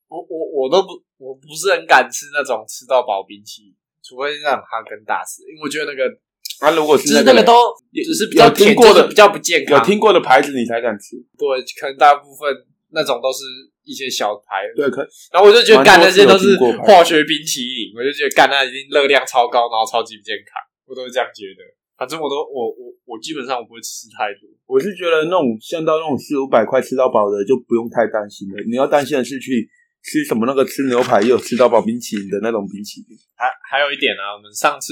我我我都不我不是很敢吃那种吃到饱冰淇淋，除非是那种哈根达斯，因为我觉得那个啊，如果是就是那那个个嘞都只是比较有听甜过就的是比较不健有康。听过的牌子你才敢吃，对，可能大部分那种都是一些小牌。对，可然后我就觉得蛮多干那些都是是有听过牌化学冰淇淋，我就觉得干那一定热量超高，然后超级不健康，我都是这样觉得。反正我都我我我基本上我不会吃太多。我是觉得那种像到那种四五百块吃到饱的，就不用太担心了。你要担心的是去吃什么那个吃牛排也有吃到饱冰淇淋的那种冰淇淋。还还有一点啊，我们上次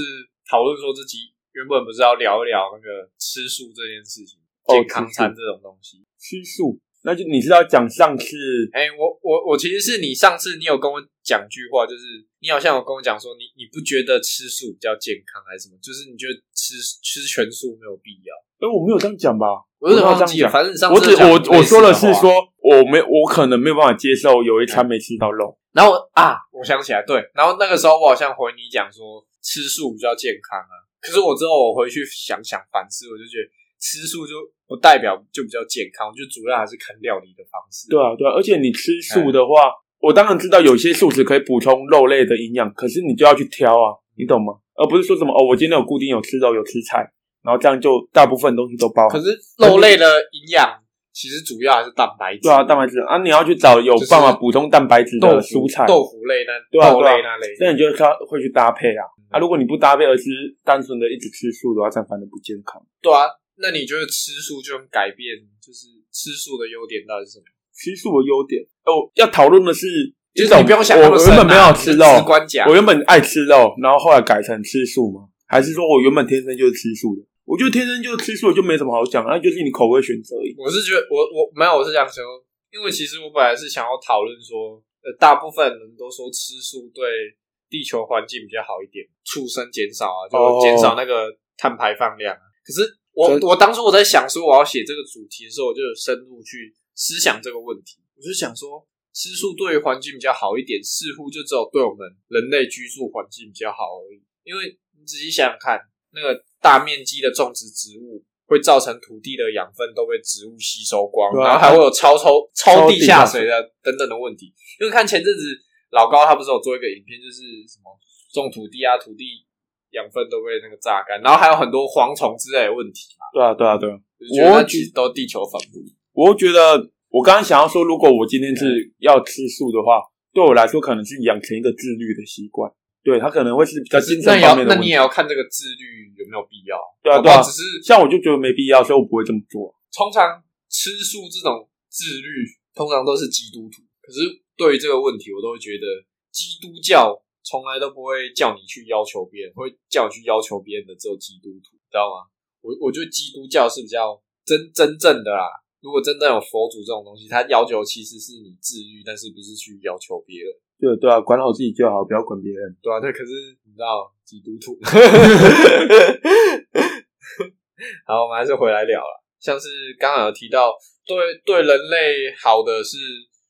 讨论说这集原本不是要聊一聊那个吃素这件事情，哦健康吃素餐这种东西。吃素，那就你是要讲上次哎、我我我其实是你上次你有跟我讲句话，就是你好像有跟我讲说你你不觉得吃素比较健康还是什么，就是你觉得吃吃全素没有必要。哎、我没有这样讲吧？我有点忘我记这了，样讲反正你上我次只有讲我我类似说的的是话，说我没我可能没有办法接受有一餐没吃到肉。然后我啊，我想起来，对，然后那个时候我好像回你讲说吃素比较健康啊，可是我之后我回去想想反思，我就觉得吃素就不代表就比较健康，我觉得主要还是看料理的方式。对啊，对啊，而且你吃嗯素的话，我当然知道有些素食可以补充肉类的营养，可是你就要去挑啊，你懂吗？而不是说什么哦，我今天有固定有吃肉有吃菜，然后这样就大部分东西都包含可。是肉类的营养其实主要还是蛋白质，对啊，蛋白质啊，你要去找有就是办法补充蛋白质的豆腐蔬菜，豆腐类那对啊豆对啊类那类，那你就靠会去搭配啊。嗯啊，如果你不搭配，而是单纯的一直吃素的话，这样反而不健康。对啊，那你觉得吃素就能改变，就是吃素的优点到底是什么？吃素的优点哦，要讨论的是就一是种，你不用想我那么我深、啊，原本没有吃肉，吃啊关节，我原本爱吃肉，然后后来改成吃素吗？还是说我原本天生就是吃素的？我觉得天生就是吃素的就没什么好讲，那就是你口味选择而已。我是觉得我我没有，我是想说，因为其实我本来是想要讨论说，呃，大部分人都说吃素对地球环境比较好一点，畜生减少啊，哦就减少那个碳排放量啊。可是我这我当初我在想说我要写这个主题的时候，我就有深入去思想这个问题，我就想说。吃素对环境比较好一点，似乎就只有对我们人类居住环境比较好而已。因为你仔细想想看，那个大面积的种植植物，会造成土地的养分都被植物吸收光，对啊然后还会有超抽、超地地下下水的等等的问题。因为看前阵子老高他不是有做一个影片，就是什么种土地啊，土地养分都被那个榨干，然后还有很多蝗虫之类的问题嘛，对啊，对啊，对啊。我就觉得我那其实都地球反哺。我会觉得我刚刚想要说，如果我今天是要吃素的话，对我来说可能是养成一个自律的习惯。对，它可能会是比较精那神也方要面的那问你题也。要看这个自律有没有必要，对啊，搞不对好啊。只是像我就觉得没必要，所以我不会这么做。通常吃素这种自律，通常都是基督徒。可是对于这个问题，我都会觉得基督教从来都不会叫你去要求别人，会叫你去要求别人的只有基督徒，知道吗？我我觉得基督教是比较真真正的啦。如果真正有佛祖这种东西，他要求其实是你自律，但是不是去要求别人，对对啊，管好自己就好，不要管别人。对啊，对，可是你知道基督徒，好，我们还是回来聊了。像是刚刚有提到，对对人类好的是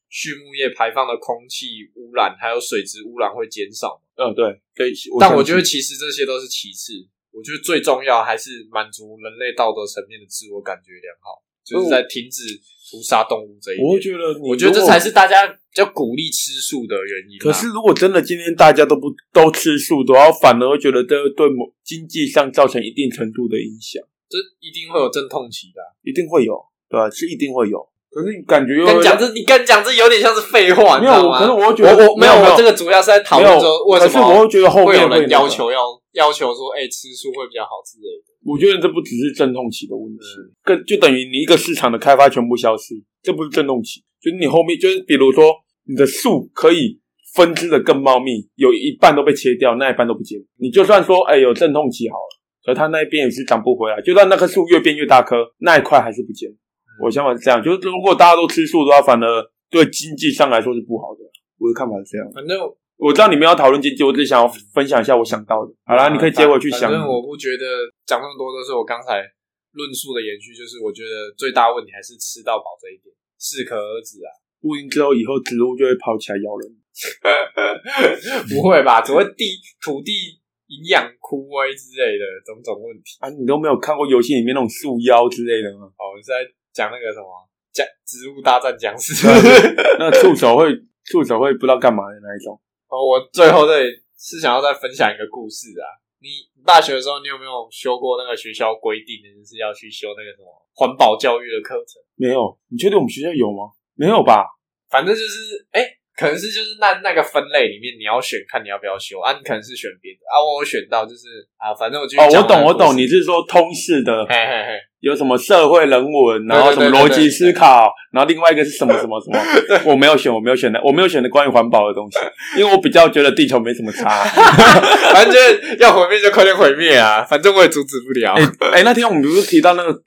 畜牧业排放的空气污染，还有水质污染会减少。嗯，对，对。但我相信觉得其实这些都是其次，我觉得最重要还是满足人类道德层面的自我感觉良好，就是在停止屠杀动物这一我会点。觉得你如果，我觉得这才是大家比较鼓励吃素的原因可啦。是，如果真的今天大家都不都吃素的话，反而会觉得这对某经济上造成一定程度的影响，这一定会有阵痛期的啊、一定会有，对吧、是一定会有。可是感觉又跟你讲这，你跟你讲这有点像是废话，你知没道有，吗？可是我会觉得我我没有，没我有这个主要是在讨论说为什可是我么会觉得后会面有会那人个要，求要要求说，哎、吃素会比较好之类的。我觉得这不只是阵痛期的问题，嗯更就等于你一个市场的开发全部消失，这不是阵痛期，就是你后面就是比如说你的树可以分支的更茂密，有一半都被切掉，那一半都不见，你就算说哎、有阵痛期好了，可它那一边也是长不回来，就算那棵树越变越大棵，那一块还是不见。嗯我想法是这样，就是如果大家都吃素的话，反而对经济上来说是不好的。我的看法是这样。反正我知道你们要讨论经济，我只是想要分享一下我想到的。好啦，啊你可以接回去反想。反正我不觉得讲那么多都是我刚才论述的延续，就是我觉得最大问题还是吃到饱这一点，适可而 (laughs) 止啊。录音之后，以后植物就会跑起来咬人。不会吧？只会地土地营养枯萎之类的种种问题。？啊，你都没有看过游戏里面那种树妖之类的吗哦，你是在讲那个什么讲植物大战僵 (laughs) 尸？ (laughs) 那触手会触手会不知道干嘛的那一种。哦，我最后这里是想要再分享一个故事啊。你大学的时候，你有没有修过那个学校规定的，就是要去修那个什么环保教育的课程？没有，你确定我们学校有吗？没有吧？反正就是，哎、可能是就是那那个分类里面，你要选看你要不要修啊。你可能是选别的啊，我有选到就是啊，反正我就哦，我懂，我懂，你是说通识的嘿嘿嘿，有什么社会人文，然后什对么对对逻对辑思考，然后另外一个是什么什么什 (laughs) 么？我没有选，我没有选的，我没有选的关于环保的东西，因为我比较觉得地球没什么 (laughs) 差。反正就是要毁灭就快点毁灭啊，反正我也阻止不了。哎、哎、那天我们不是提到那个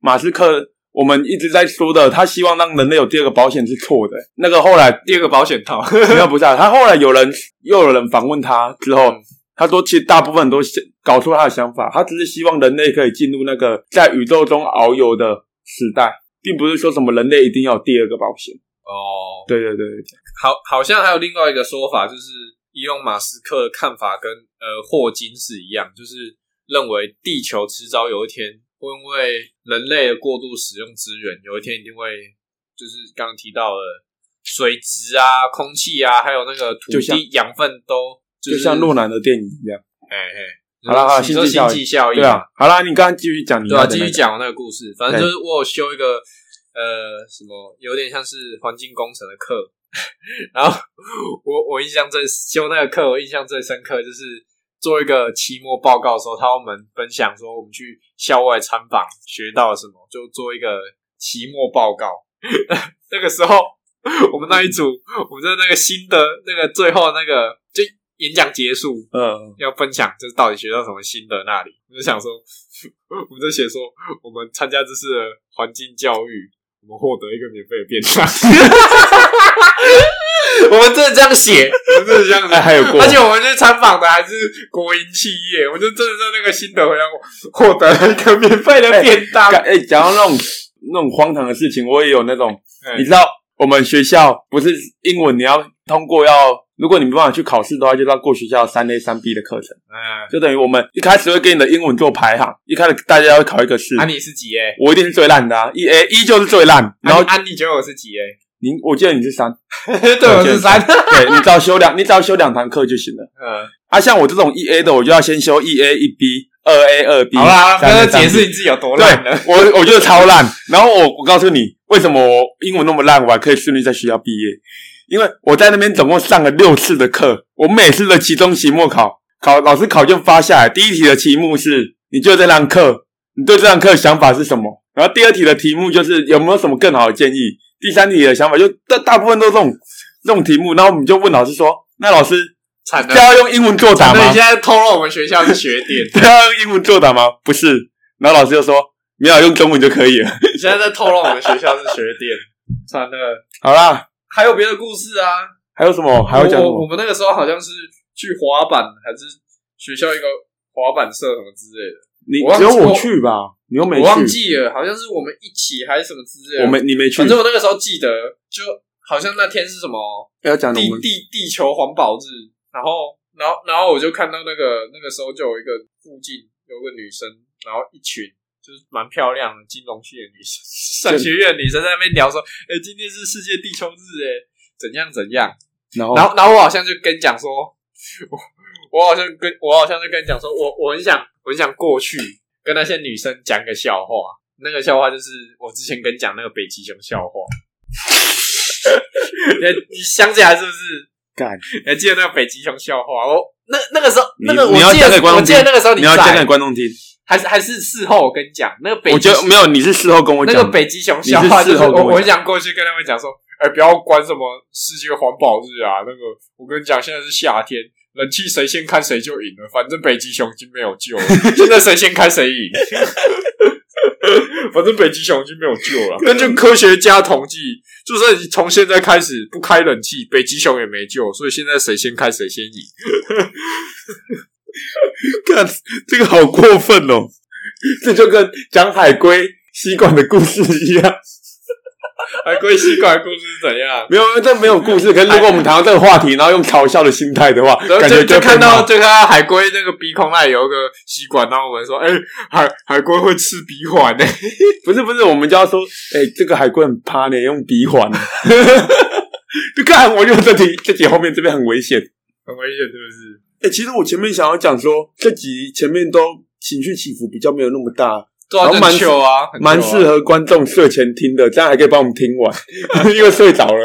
马斯克，我们一直在说的，他希望让人类有第二个保险是错的。那个后来第二个保险套， (laughs) 没有不是、啊，他后来有人又有人访问他之后嗯，他说其实大部分都是搞错他的想法，他只是希望人类可以进入那个在宇宙中遨游的时代，并不是说什么人类一定要有第二个保险。哦，对对对对，好，好像还有另外一个说法，就是伊隆马斯克的看法跟呃霍金是一样，就是认为地球迟早有一天会因为人类的过度使用资源，有一天一定会就是刚刚提到的水质啊、空气啊，还有那个土就像地养分都、、就是像诺兰的电影一样。哎哎，好啦好啦你说星星际际效应对啊，好啦，你刚刚继续讲你对啊，要的继那续个讲我那个故事。反正就是我有修一个呃什么，有点像是环境工程的课。 (laughs) 然后我我印象最修那个课，我印象最深刻就是做一个期末报告的时候，他要我们分享说我们去校外参访学到了什么，就做一个期末报告。 (laughs) 那个时候我们那一组，我们在那个新的那个最后那个就演讲结束，嗯，要分享，就是到底学到什么新的那里，我就想说， (laughs) 我们就写说，我们参加这次的环境教育，我们获得一个免费的便当。我们真的这样写， (laughs) 我们真的这样哎，子。还有过而，且我们去参访的还是国营企业，我就真的在那个新的回来获得了一个免费的便当。干哎，讲到那种那种荒唐的事情，我也有那种哎你知道我们学校不是英文，你要通过要，如果你没办法去考试的话，就是要过学校三 A 三 B 的课程，嗯，就等于我们一开始会给你的英文做排行，一开始大家要考一个试，啊安、你啊是几 A？我一定是最烂的啊，一 A 一就是最烂，然后安、安你觉得我是几 A？你我记得你是三，对，我是三。对你只要修两，你只要修两堂课就行了。嗯，啊，像我这种一 A 的，我就要先修一 A 一 B 二 A 二 B，好啦，三 A 那就三 B 解释你自己有多对烂了。我我觉得超烂。然后我我告诉你，为什么我英文那么烂，我还可以顺利在学校毕业？因为我在那边总共上了六次的课，我每次的期中、期末考，考老师考卷发下来，第一题的题目是你就这堂课，你对这堂课的想法是什么？然后第二题的题目就是有没有什么更好的建议？第三题的想法就大大部分都是这种这种题目，然后我们就问老师说，那老师惨这了，要用英文作答那吗你？现在透露我们学校是学 (laughs) 点。这要用英文作答吗？不是。然后老师就说，没有用中文就可以了。你现在在透露我们学校是学 (laughs) 店，惨了。好啦，还有别的故事啊？还有什么？还要讲什我我们么？那个时候好像是去滑板，还是学校一个滑板社什么之类的，你我忘只记有我我去吧，你又没去，我忘记了，好像是我们一起还是什么之类的。我没你没去反。正我那个时候记得，就好像那天是什么要讲的地我们地地球环保日，然后然后然后我就看到那个那个时候就有一个附近有个女生，然后一群就是蛮漂亮的金融系的女生， (laughs) 商学院的女生在那边聊说，哎、今天是世界地球日，哎，怎样怎样。然后然后，然后我好像就跟你讲说，我我好像跟我好像就跟你讲说，我我很想我很想过去跟那些女生讲个笑话。那个笑话就是我之前跟你讲那个北极熊笑话。 (laughs) 你你想起来是不是？干，你还记得那个北极熊笑话？我那那个时候，你那个我你要记讲给观得，众我记得那个时候你要讲给在，观众听。还是还是事后我跟你讲，那个北我极觉得没有，你是事后跟我那讲。个北极熊笑话，你就是是事后跟我我讲我很想过去跟他们讲说，哎、不要管什么世界环保日啊，那个我跟你讲，现在是夏天，冷气谁先开谁就赢了，反正北极熊已经没有救了， (laughs) 现在谁先开谁 (laughs) 赢，反正北极熊已经没有救了。 (laughs) 根据科学家统计，就是你从现在开始不开冷气，北极熊也没救，所以现在谁先开谁先赢。干， (laughs) 这个好过分哦！ (laughs) 这就跟讲海龟吸管的故事一样， (laughs) 海龟吸管故事是怎样？没有，这没有故事。可是如果我们谈到这个话题，然后用嘲笑的心态的话， (laughs) 然后感就觉就会被看骂到就看到海龟那个鼻孔那里有一个吸管，然后我们说，哎、海海龟会吃鼻环欸呢、不是不是，我们就要说，哎、这个海龟很趴呢，用鼻环。 (laughs) 就看，我觉得这题这题后面这边很危险。 (laughs) 很危险是不是？哎、其实我前面想要讲说，这集前面都情绪起伏比较没有那么大，对啊，然后蛮很糗啊，很糗啊蛮适。合观众睡前听的，这样还可以帮我们听完，因 (laughs) 为睡着了。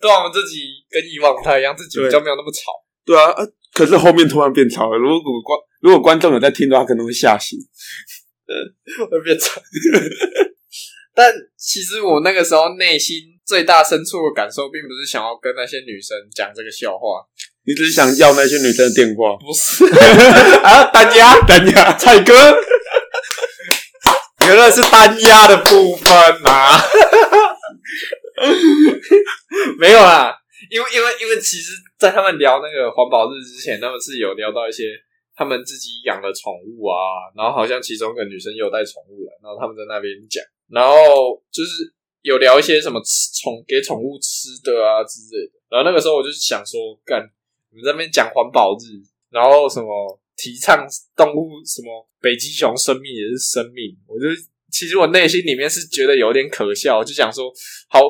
对啊，我们自己跟以往不太一样，自己比较没有那么吵。对啊，啊可是后面突然变吵了。如果观如果观众有在听的话，可能会吓醒。会变成。 (laughs) 但其实我那个时候内心最大深处的感受，并不是想要跟那些女生讲这个笑话，你只是想要那些女生的电话 (laughs) 不是，啊？单压，单压，蔡哥，原来是单压的部分啊。 (laughs) 没有啦，因为因为因为其实，在他们聊那个环保日之前，他们是有聊到一些他们自己养的宠物啊，然后好像其中一个女生有带宠物来，然后他们在那边讲，然后就是有聊一些什么吃宠给宠物吃的啊之类的。然后那个时候我就想说，干你们在那边讲环保日，然后什么提倡动物什么北极熊生命也是生命，我就其实我内心里面是觉得有点可笑，我就想说好。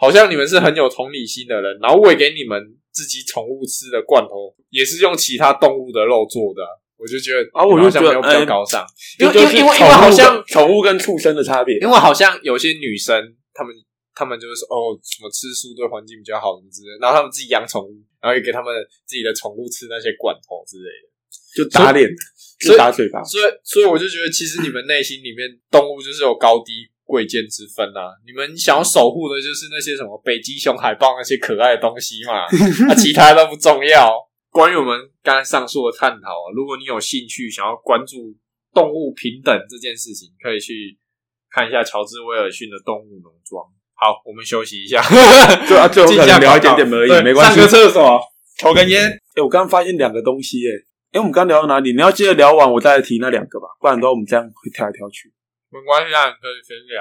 好像你们是很有同理心的人，然后喂给你们自己宠物吃的罐头，也是用其他动物的肉做的啊、我就觉得啊我你就们好像觉没得有比较哎高尚，因为因为因为因为宠物好跟像宠物跟畜生的差别。因为好像有些女生，她们她们就是说哦，什么吃素对环境比较好什么之类的，然后她们自己养宠物，然后也给她们自己的宠物吃那些罐头之类的。就打脸，所以就打嘴巴。所以，所以我就觉得，其实你们内心里面动物就是有高低贵贱之分啊。你们想要守护的就是那些什么北极熊、海豹那些可爱的东西嘛，啊，其他都不重要。关于我们刚才上述的探讨啊，如果你有兴趣想要关注动物平等这件事情，可以去看一下乔治威尔逊的《动物农庄》。好，我们休息一下， (laughs) 对啊，最后可能聊一点点而对已，没关系上个。厕所，啊抽根烟。哎，我刚刚发现两个东西，哎，哎，我们刚聊到哪里？你要接着聊完，我再来提那两个吧，不然的话我们这样会跳来跳去。没关系啊，你可以先聊。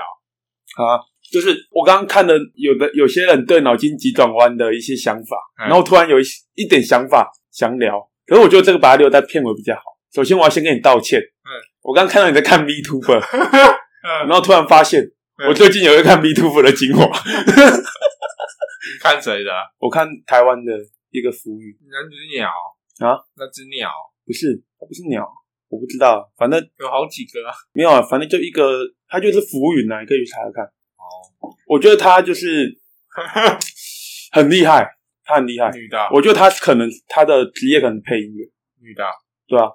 好啊，就是我刚刚看了有的有些人对脑筋急转弯的一些想法，嗯然后突然有一些一点想法想聊，可是我觉得这个把它留在片尾比较好。首先，我要先跟你道歉。嗯，我刚看到你在看 v t u b e (laughs) r 嗯，然后突 (laughs) 然发现嗯我最近有一个看 v t u b e r 的精华，你看谁的啊？我看台湾的一个福语，那只鸟啊？那只鸟不是，它不是鸟，我不知道，反正有好几个啊。没有，啊，反正就一个，它就是浮云啊，你可以去查查看。哦，我觉得它就是很厉害，它很厉害。女的啊，我觉得他可能他的职业可能配音乐，女的啊，对啊，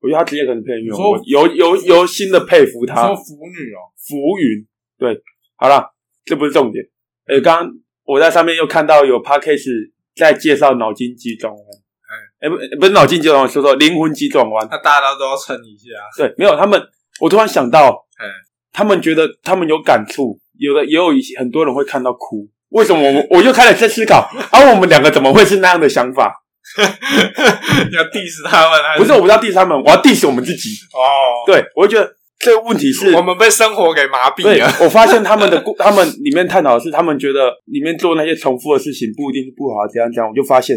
我觉得他职业可能配音你乐，说我由由由心的佩服他。说腐女哦，浮云，对，好啦，这不是重点。呃，刚刚我在上面又看到有 podcast 在介绍脑筋急转弯，哎、不不是脑筋急转弯，说说灵魂急转弯。那大家都要蹭一下。 (laughs) 对，没有他们，我突然想到，嗯他们觉得他们有感触，有的也有一些很多人会看到哭。为什么我们我就开始在思考，啊，我们两个怎么会是那样的想法？你要 diss 他们还不是，我不要 diss 他们，我要 diss 我们自己。哦，对，我就觉得这个问题是，我们被生活给麻痹对了。，我发现他们的故，他们里面探讨的是，他们觉得里面做那些重复的事情不一定是不好，怎样讲，我嗯就发现，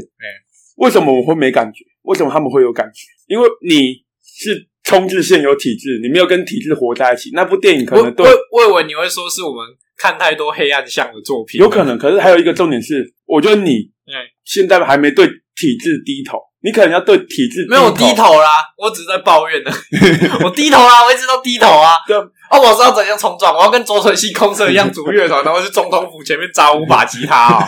为什么我会没感觉？为什么他们会有感觉？因为你是冲至现有体制，你没有跟体制活在一起，那部电影可我能对我我以为你会说是我们看太多黑暗向的作品，有可能。可是还有一个重点是，我觉得你嗯现在还没对体制低头，你可能要对体制没有我低。头啦，我只是在抱怨呢。 (laughs) 我低头啦，我一直都低头啊。对啊，我知道怎样冲撞，我要跟左水溪空社一样组 (laughs) 乐团，然后去总统府前面扎五把吉他哦。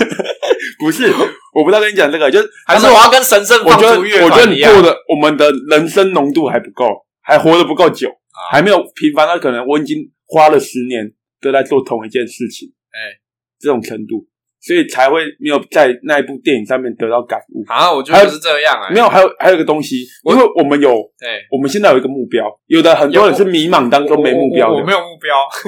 不是，我不知道跟你讲这个，就是还是我要跟神圣我放觉得逐乐我觉得团一你样过？的我们的人生浓度还不够，还活得不够久，啊还没有频繁到可能我已经花了十年都在做同一件事情，哎这种程度，所以才会没有在那一部电影上面得到感悟。啊，我觉得是这样哎、没有，还有还有一个东西，因为我们有对，我们现在有一个目标，有的很多人是迷茫当中没目标我我我的没有目标， (laughs)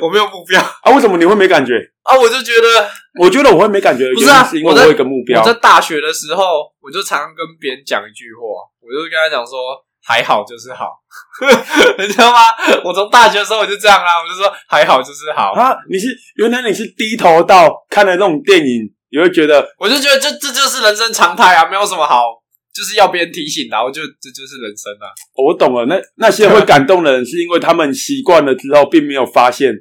我没有目标啊，为什么你会没感觉？啊！我就觉得我觉得我会没感觉，不是啊是因我为我在有一个目标我，在大学的时候，我就常常跟别人讲一句话，我就跟他讲说，还好就是好， (laughs) 你知道吗？我从大学的时候我就这样啊啦，我就说还好就是好，啊，你是原来你是低头到看了那种电影，你会觉得我就觉得这这就是人生常态啊，没有什么好，就是要别人提醒啦，啊我就这就是人生啊。哦我懂了，那那些会感动的人，是因为他们习惯了之后，并没有发现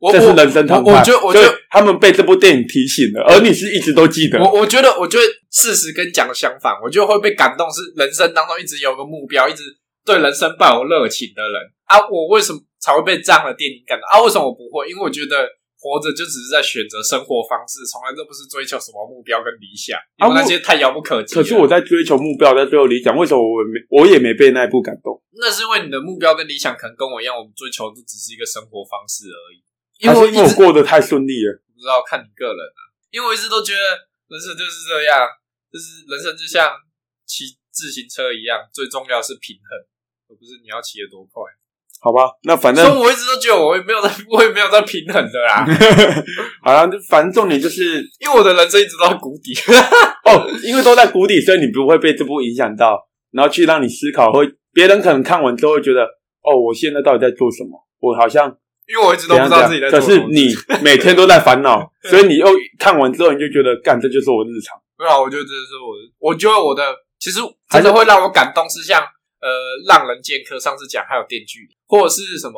我这是我人生常态。我我觉得我觉得所以他们被这部电影提醒了，而你是一直都记得。我我觉得，我觉得事实跟讲的相反，我觉得会被感动是人生当中一直有个目标，一直对人生抱有热情的人啊。我为什么才会被这样的电影感动啊？为什么我不会？因为我觉得活着就只是在选择生活方式，从来都不是追求什么目标跟理想，因啊为那我些太遥不可及了。可是我在追求目标，在追求理想，为什么我没我也没被那一部感动？那是因为你的目标跟理想可能跟我一样，我们追求的只是一个生活方式而已。因还为我是一因为我直过得太顺利了。不知道看你个人啊，因为我一直都觉得人生就是这样，就是人生就像骑自行车一样，最重要是平衡，而不是你要骑得多快。好吧，那反所以正我一直都觉得我也没有在， (laughs) 我也没有在平衡的啦，好了，就反正重点就是因为我的人生一直都在谷底。 (laughs) 哦，因为都在谷底，所以你不会被这部影响到，然后去让你思考，会别人可能看完之后会觉得，哦，我现在到底在做什么？我好像因为我一直都怎不知样怎道样自己在做可什是么。你每天都在烦恼，所以你又看完之后，你就觉得，干，这就是我日常。没啊有，我觉得这是我的，我觉得我的其实真的会让我感动是像呃《浪人剑客》上次讲，还有《电锯》，或者是什么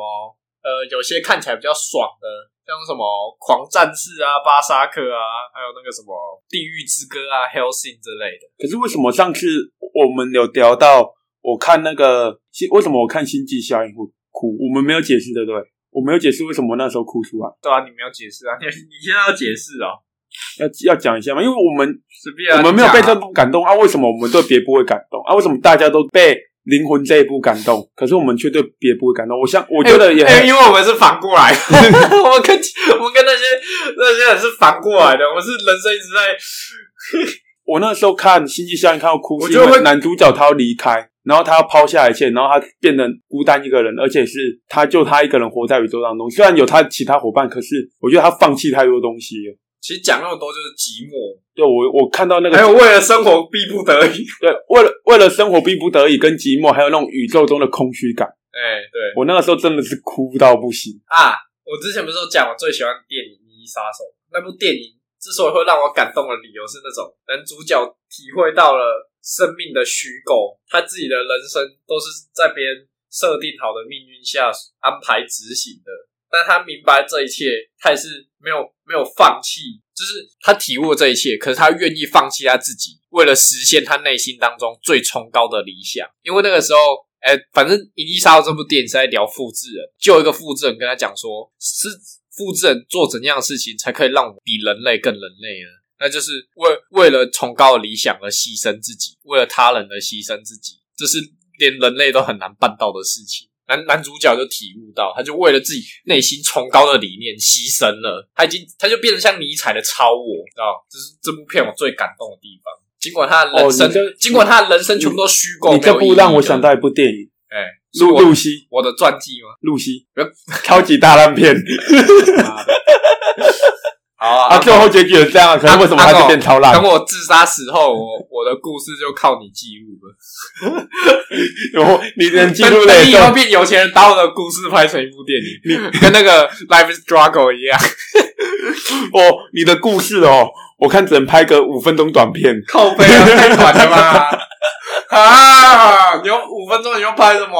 呃有些看起来比较爽的，像什么《狂战士》啊、《巴沙克》啊，还有那个什么《地狱之歌》啊、《Hellsing》之类的。可是为什么上次我们有聊到，我看那个星，为什么我看《星际效应》会哭？我们没有解释，对不对？我没有解释为什么那时候哭出来，对啊，你没有解释啊，你你现在要解释哦，要要讲一下嘛，因为我们随便、啊、我们没有被你讲这啊部感动啊，为什么我们对别部会感动啊？为什么大家都被《灵魂》这一部感动，可是我们却对别部会感动？我想，我觉得也很、哎、因为我们是反过 (laughs) 来， (laughs) 我们跟我们跟那些那些人是反过来的，我们是人生一直在我那时候看《星际效应》看到哭，我是觉因得为会男主角他要离开，然后他要抛下一切，然后他变得孤单一个人，而且是他就他一个人活在宇宙当中。虽然有他其他伙伴，可是我觉得他放弃太多东西了。其实讲那么多就是寂寞，对我，我 (laughs) 看到那个还有为了生活逼不得已。对，为了为了生活逼不得已跟寂寞，还有那种宇宙中的空虚感，哎、对我那个时候真的是哭到不行。啊，我之前不是有讲我最喜欢电影《一杀手》那部电影，之所以会让我感动的理由是那种男主角体会到了生命的虚构，他自己的人生都是在别人设定好的命运下安排执行的，但他明白这一切，他也是没有没有放弃，就是他体悟了这一切，可是他愿意放弃他自己，为了实现他内心当中最崇高的理想。因为那个时候，哎、反正《银翼杀手》这部电影是在聊复制人，就有一个复制人跟他讲说，是复制人做怎样的事情才可以让我们比人类更人类呢？那就是为为了崇高的理想而牺牲自己，为了他人而牺牲自己，这是连人类都很难办到的事情。男男主角就体悟到，他就为了自己内心崇高的理念牺牲了，他已经他就变得像尼采的超我，你知道？这是这部片我最感动的地方。尽管他的人生，哦你这尽管他的人生全部都虚构，你这没有意部义让我的想，到一部电影哎、 《是露我露西》，我的传记吗？露西呃，超级大烂片妈的好啊， (laughs) 啊！最后结局也是这样啊，可是为什么它就变超烂等？我自杀死后，我我的故事就靠你记录了。然后你能记录等的等你以也后就变有钱人，把我的故事拍成一部电 (laughs) 影，跟那个《Life is Struggle》一样，哦，你的故 (laughs) 事哦，我看只能拍个五分钟短片。靠背啊，太短了吧？ (laughs) 啊！你用五分钟，你又拍什么？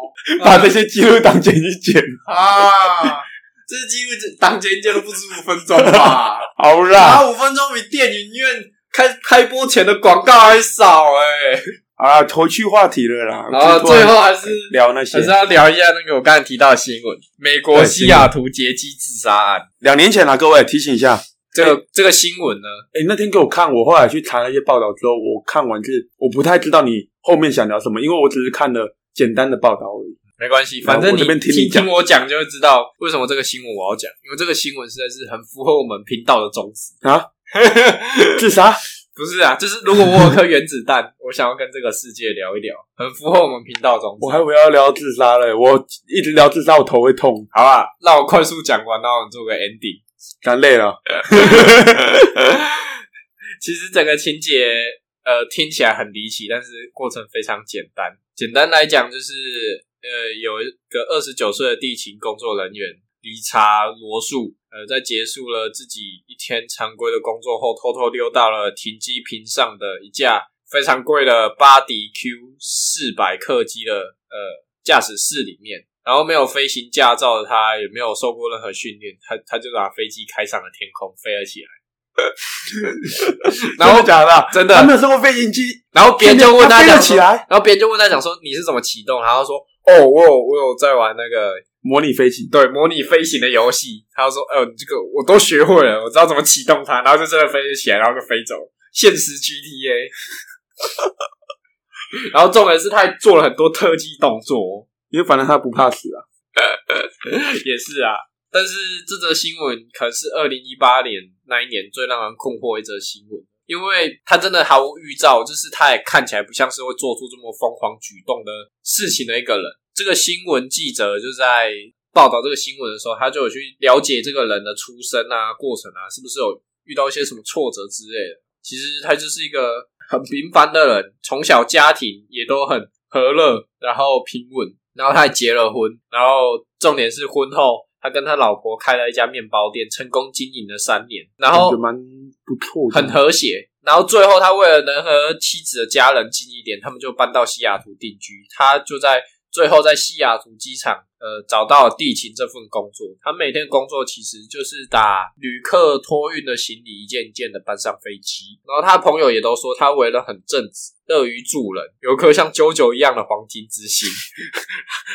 (laughs) 把这些记录当剪一剪。啊！这是几乎这当剪接都不止五分钟 (laughs) 吧？好啦，啊，五分钟比电影院开开播前的广告还少哎、啊，投去话题了啦。然后不然最后还是聊那些还是要聊一下那个我刚才提到的新闻：美国西雅图劫机自杀案。两年前啦，各位提醒一下。这个这个新闻呢，哎、那天给我看，我后来去查了一些报道之后，我看完是我不太知道你后面想聊什么，因为我只是看了简单的报道而已。没关系，那反正我你这边听你讲听我讲就会知道为什么这个新闻我要讲，因为这个新闻实在是很符合我们频道的宗旨。自杀？不是啊，就是 (laughs) 如果我有颗原子弹，我想要跟这个世界聊一聊，很符合我们频道宗我旨。还以为要聊自杀嘞，我一直聊自杀，我头会痛，好啦，让我快速讲完，然后你做个 ending。感累了。其实整个情节呃听起来很离奇，但是过程非常简单。简单来讲就是呃有一个二十九岁的地勤工作人员理查罗素，呃在结束了自己一天常规的工作后，偷偷溜到了停机坪上的一架非常贵的巴迪 Q 四百客机的呃驾驶室里面。然后没有飞行驾照的他，也没有受过任何训练，他他就把飞机开上了天空，飞了起来。 (laughs) 然后真的假的？啊真他没的。有生过飞行机，然后别人就问他飞讲了说起，来，然后别人就问他讲说你是怎么启动，然后他说哦，我有我有在玩那个模拟飞行。对模拟飞行的游戏，他就说呃你这个我都学会了，我知道怎么启动它，然后就真的飞起来，然后就飞走，现实 GTA。然后重点是他还做了很多特技动作哦，因为反正他不怕死啊。也是啊，但是这则新闻可是二零一八年那一年最让人困惑的一则新闻，因为他真的毫无预兆，就是他也看起来不像是会做出这么疯狂举动的事情的一个人。这个新闻记者就在报道这个新闻的时候，他就有去了解这个人的出身啊、过程啊，是不是有遇到一些什么挫折之类的。其实他就是一个很平凡的人，从小家庭也都很和乐，然后平稳，然后他还结了婚，然后重点是婚后他跟他老婆开了一家面包店，成功经营了三年，然后感觉蛮不错的，很和谐。然后最后，他为了能和妻子的家人近一点，他们就搬到西雅图定居。他就在最后在西雅图机场，呃，找到了地勤这份工作。他每天工作其实就是把旅客托运的行李一件一件的搬上飞机。然后他朋友也都说，他为人很正直，乐于助人，有颗像啾啾一样的黄金之心。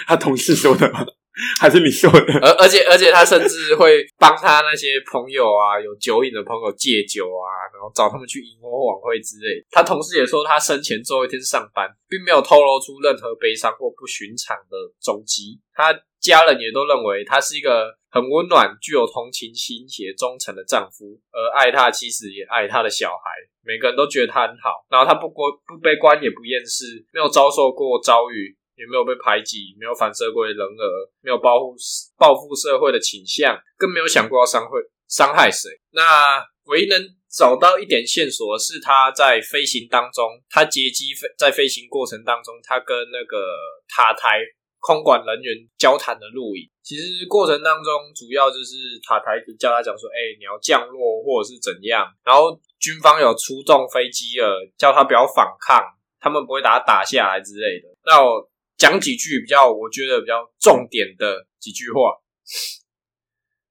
他同事说的吗？ (laughs) 还是你说的？而而且而且他甚至会帮他那些朋友啊，有酒瘾的朋友戒酒啊，然后找他们去萤火晚会之类。他同事也说，他生前最后一天上班，并没有透露出任何悲伤或不寻常的踪迹。他家人也都认为他是一个很温暖、具有同情心且忠诚的丈夫，而爱他的妻子也爱他的小孩。每个人都觉得他很好，然后他不过不悲观也不厌世，没有遭受过遭遇，也没有被排挤，没有反社会人格，没有报复报复社会的倾向，更没有想过要伤害伤害谁。那唯一能找到一点线索的是，他在飞行当中，他劫机飞在飞行过程当中，他跟那个塔台空管人员交谈的录影。其实过程当中，主要就是塔台就叫他讲说：“哎、你要降落或者是怎样。”然后军方有出动飞机了，叫他不要反抗，他们不会把他打下来之类的。那我讲几句比较，我觉得比较重点的几句话。 (laughs)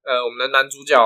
呃，我们的男主角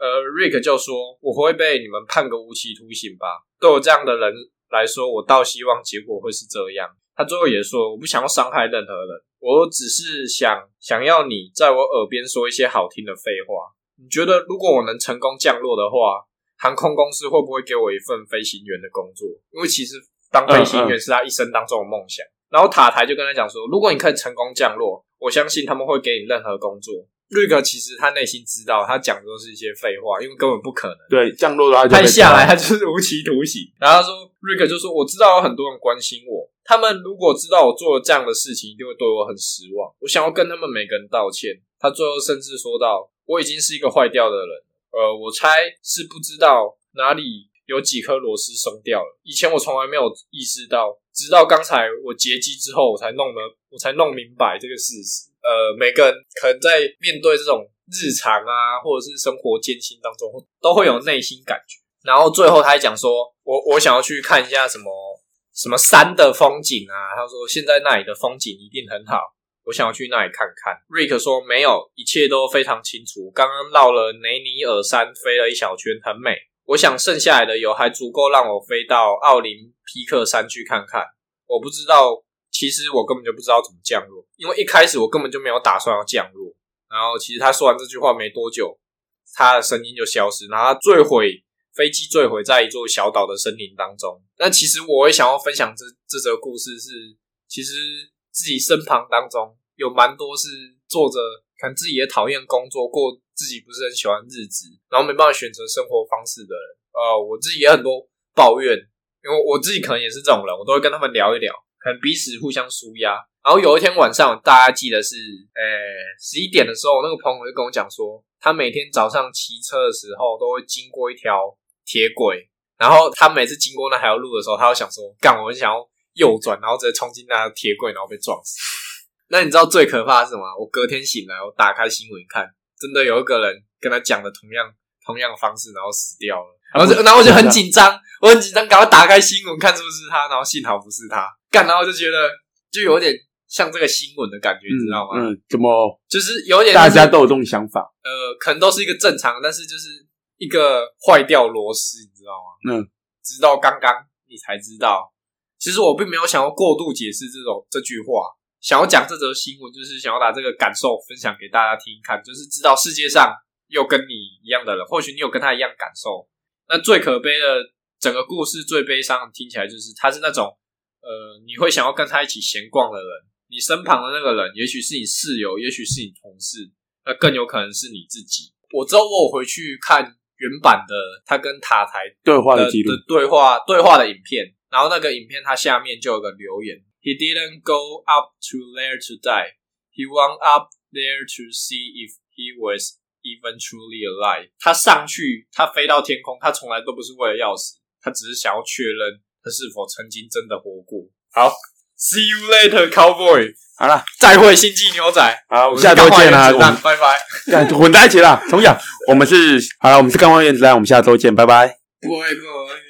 呃，Rick 就说：“我会被你们判个无期徒刑吧？对我这样的人来说，我倒希望结果会是这样。”他最后也说：“我不想要伤害任何人，我只是想想要你在我耳边说一些好听的废话。你觉得如果我能成功降落的话，航空公司会不会给我一份飞行员的工作？因为其实当飞行员是他一生当中的梦想。然后塔台就跟他讲说，如果你可以成功降落，我相信他们会给你任何工作。瑞克其实他内心知道，他讲的都是一些废话，因为根本不可能。对，降落的话就拍被下抓来，他就是无期徒刑。然后他说，瑞克就说：“我知道有很多人关心我，他们如果知道我做了这样的事情，一定会对我很失望。我想要跟他们每个人道歉。”他最后甚至说到：“我已经是一个坏掉的人了，呃，我猜是不知道哪里有几颗螺丝松掉了。以前我从来没有意识到，直到刚才我劫机之后，我才弄得，我才弄明白这个事实。呃，每个人可能在面对这种日常啊，或者是生活艰辛当中，都会有内心感觉。然后最后他还讲说，我我想要去看一下什么什么山的风景啊，他说现在那里的风景一定很好，我想要去那里看看。Rick 说没有，一切都非常清楚。刚刚绕了雷尼尔山飞了一小圈，很美。我想剩下来的油还足够让我飞到奥林匹克山去看看。我不知道，其实我根本就不知道怎么降落，因为一开始我根本就没有打算要降落。然后其实他说完这句话没多久，他的声音就消失，然后他坠毁，飞机坠毁在一座小岛的森林当中。但其实我也想要分享这这则故事是，其实自己身旁当中有蛮多是做着可能自己也讨厌工作，过自己不是很喜欢日子，然后没办法选择生活方式的人。呃，我自己也很多抱怨，因为我自己可能也是这种人，我都会跟他们聊一聊，可能彼此互相舒压。然后有一天晚上，大家记得是，呃、十一点的时候，我那个朋友就跟我讲说，他每天早上骑车的时候都会经过一条铁轨，然后他每次经过那条路的时候，他会想说，干，我很想要右转，然后直接冲进那条铁轨，然后被撞死。那你知道最可怕的是什么吗？我隔天醒来，我打开新闻看，真的有一个人跟他讲的同样同样的方式，然后死掉了。然后就，然后我就很紧张，我很紧张，赶快打开新闻看是不是他，然后幸好不是他，干，然后就觉得就有点像这个新闻的感觉，你知道吗？嗯，嗯怎么就是有点、大家都有这种想法？呃，可能都是一个正常，但是就是一个坏掉螺丝，你知道吗？嗯，直到刚刚你才知道，其实我并没有想要过度解释这种这句话，想要讲这则新闻，就是想要把这个感受分享给大家听看，就是知道世界上有跟你一样的人，或许你有跟他一样感受。那最可悲的整个故事最悲伤，听起来就是他是那种呃，你会想要跟他一起闲逛的人，你身旁的那个人，也许是你室友，也许是你同事，那更有可能是你自己。我之后我有回去看原版的他跟塔台对话的的记录的，对话对话的影片，然后那个影片它下面就有个留言：He didn't go up to there to die. He went up there to see if he was even truly alive. 他上去，他飞到天空，他从来都不是为了要死，他只是想要确认他是否曾经真的活过。好，See you later, cowboy。好了，再会，星际牛仔。好，我我们是下周钢化见原啦！子我弹们拜拜。干混在一起啦，重讲，我们是好了，我们是干花原子弹，我们下周见，拜拜。拜拜。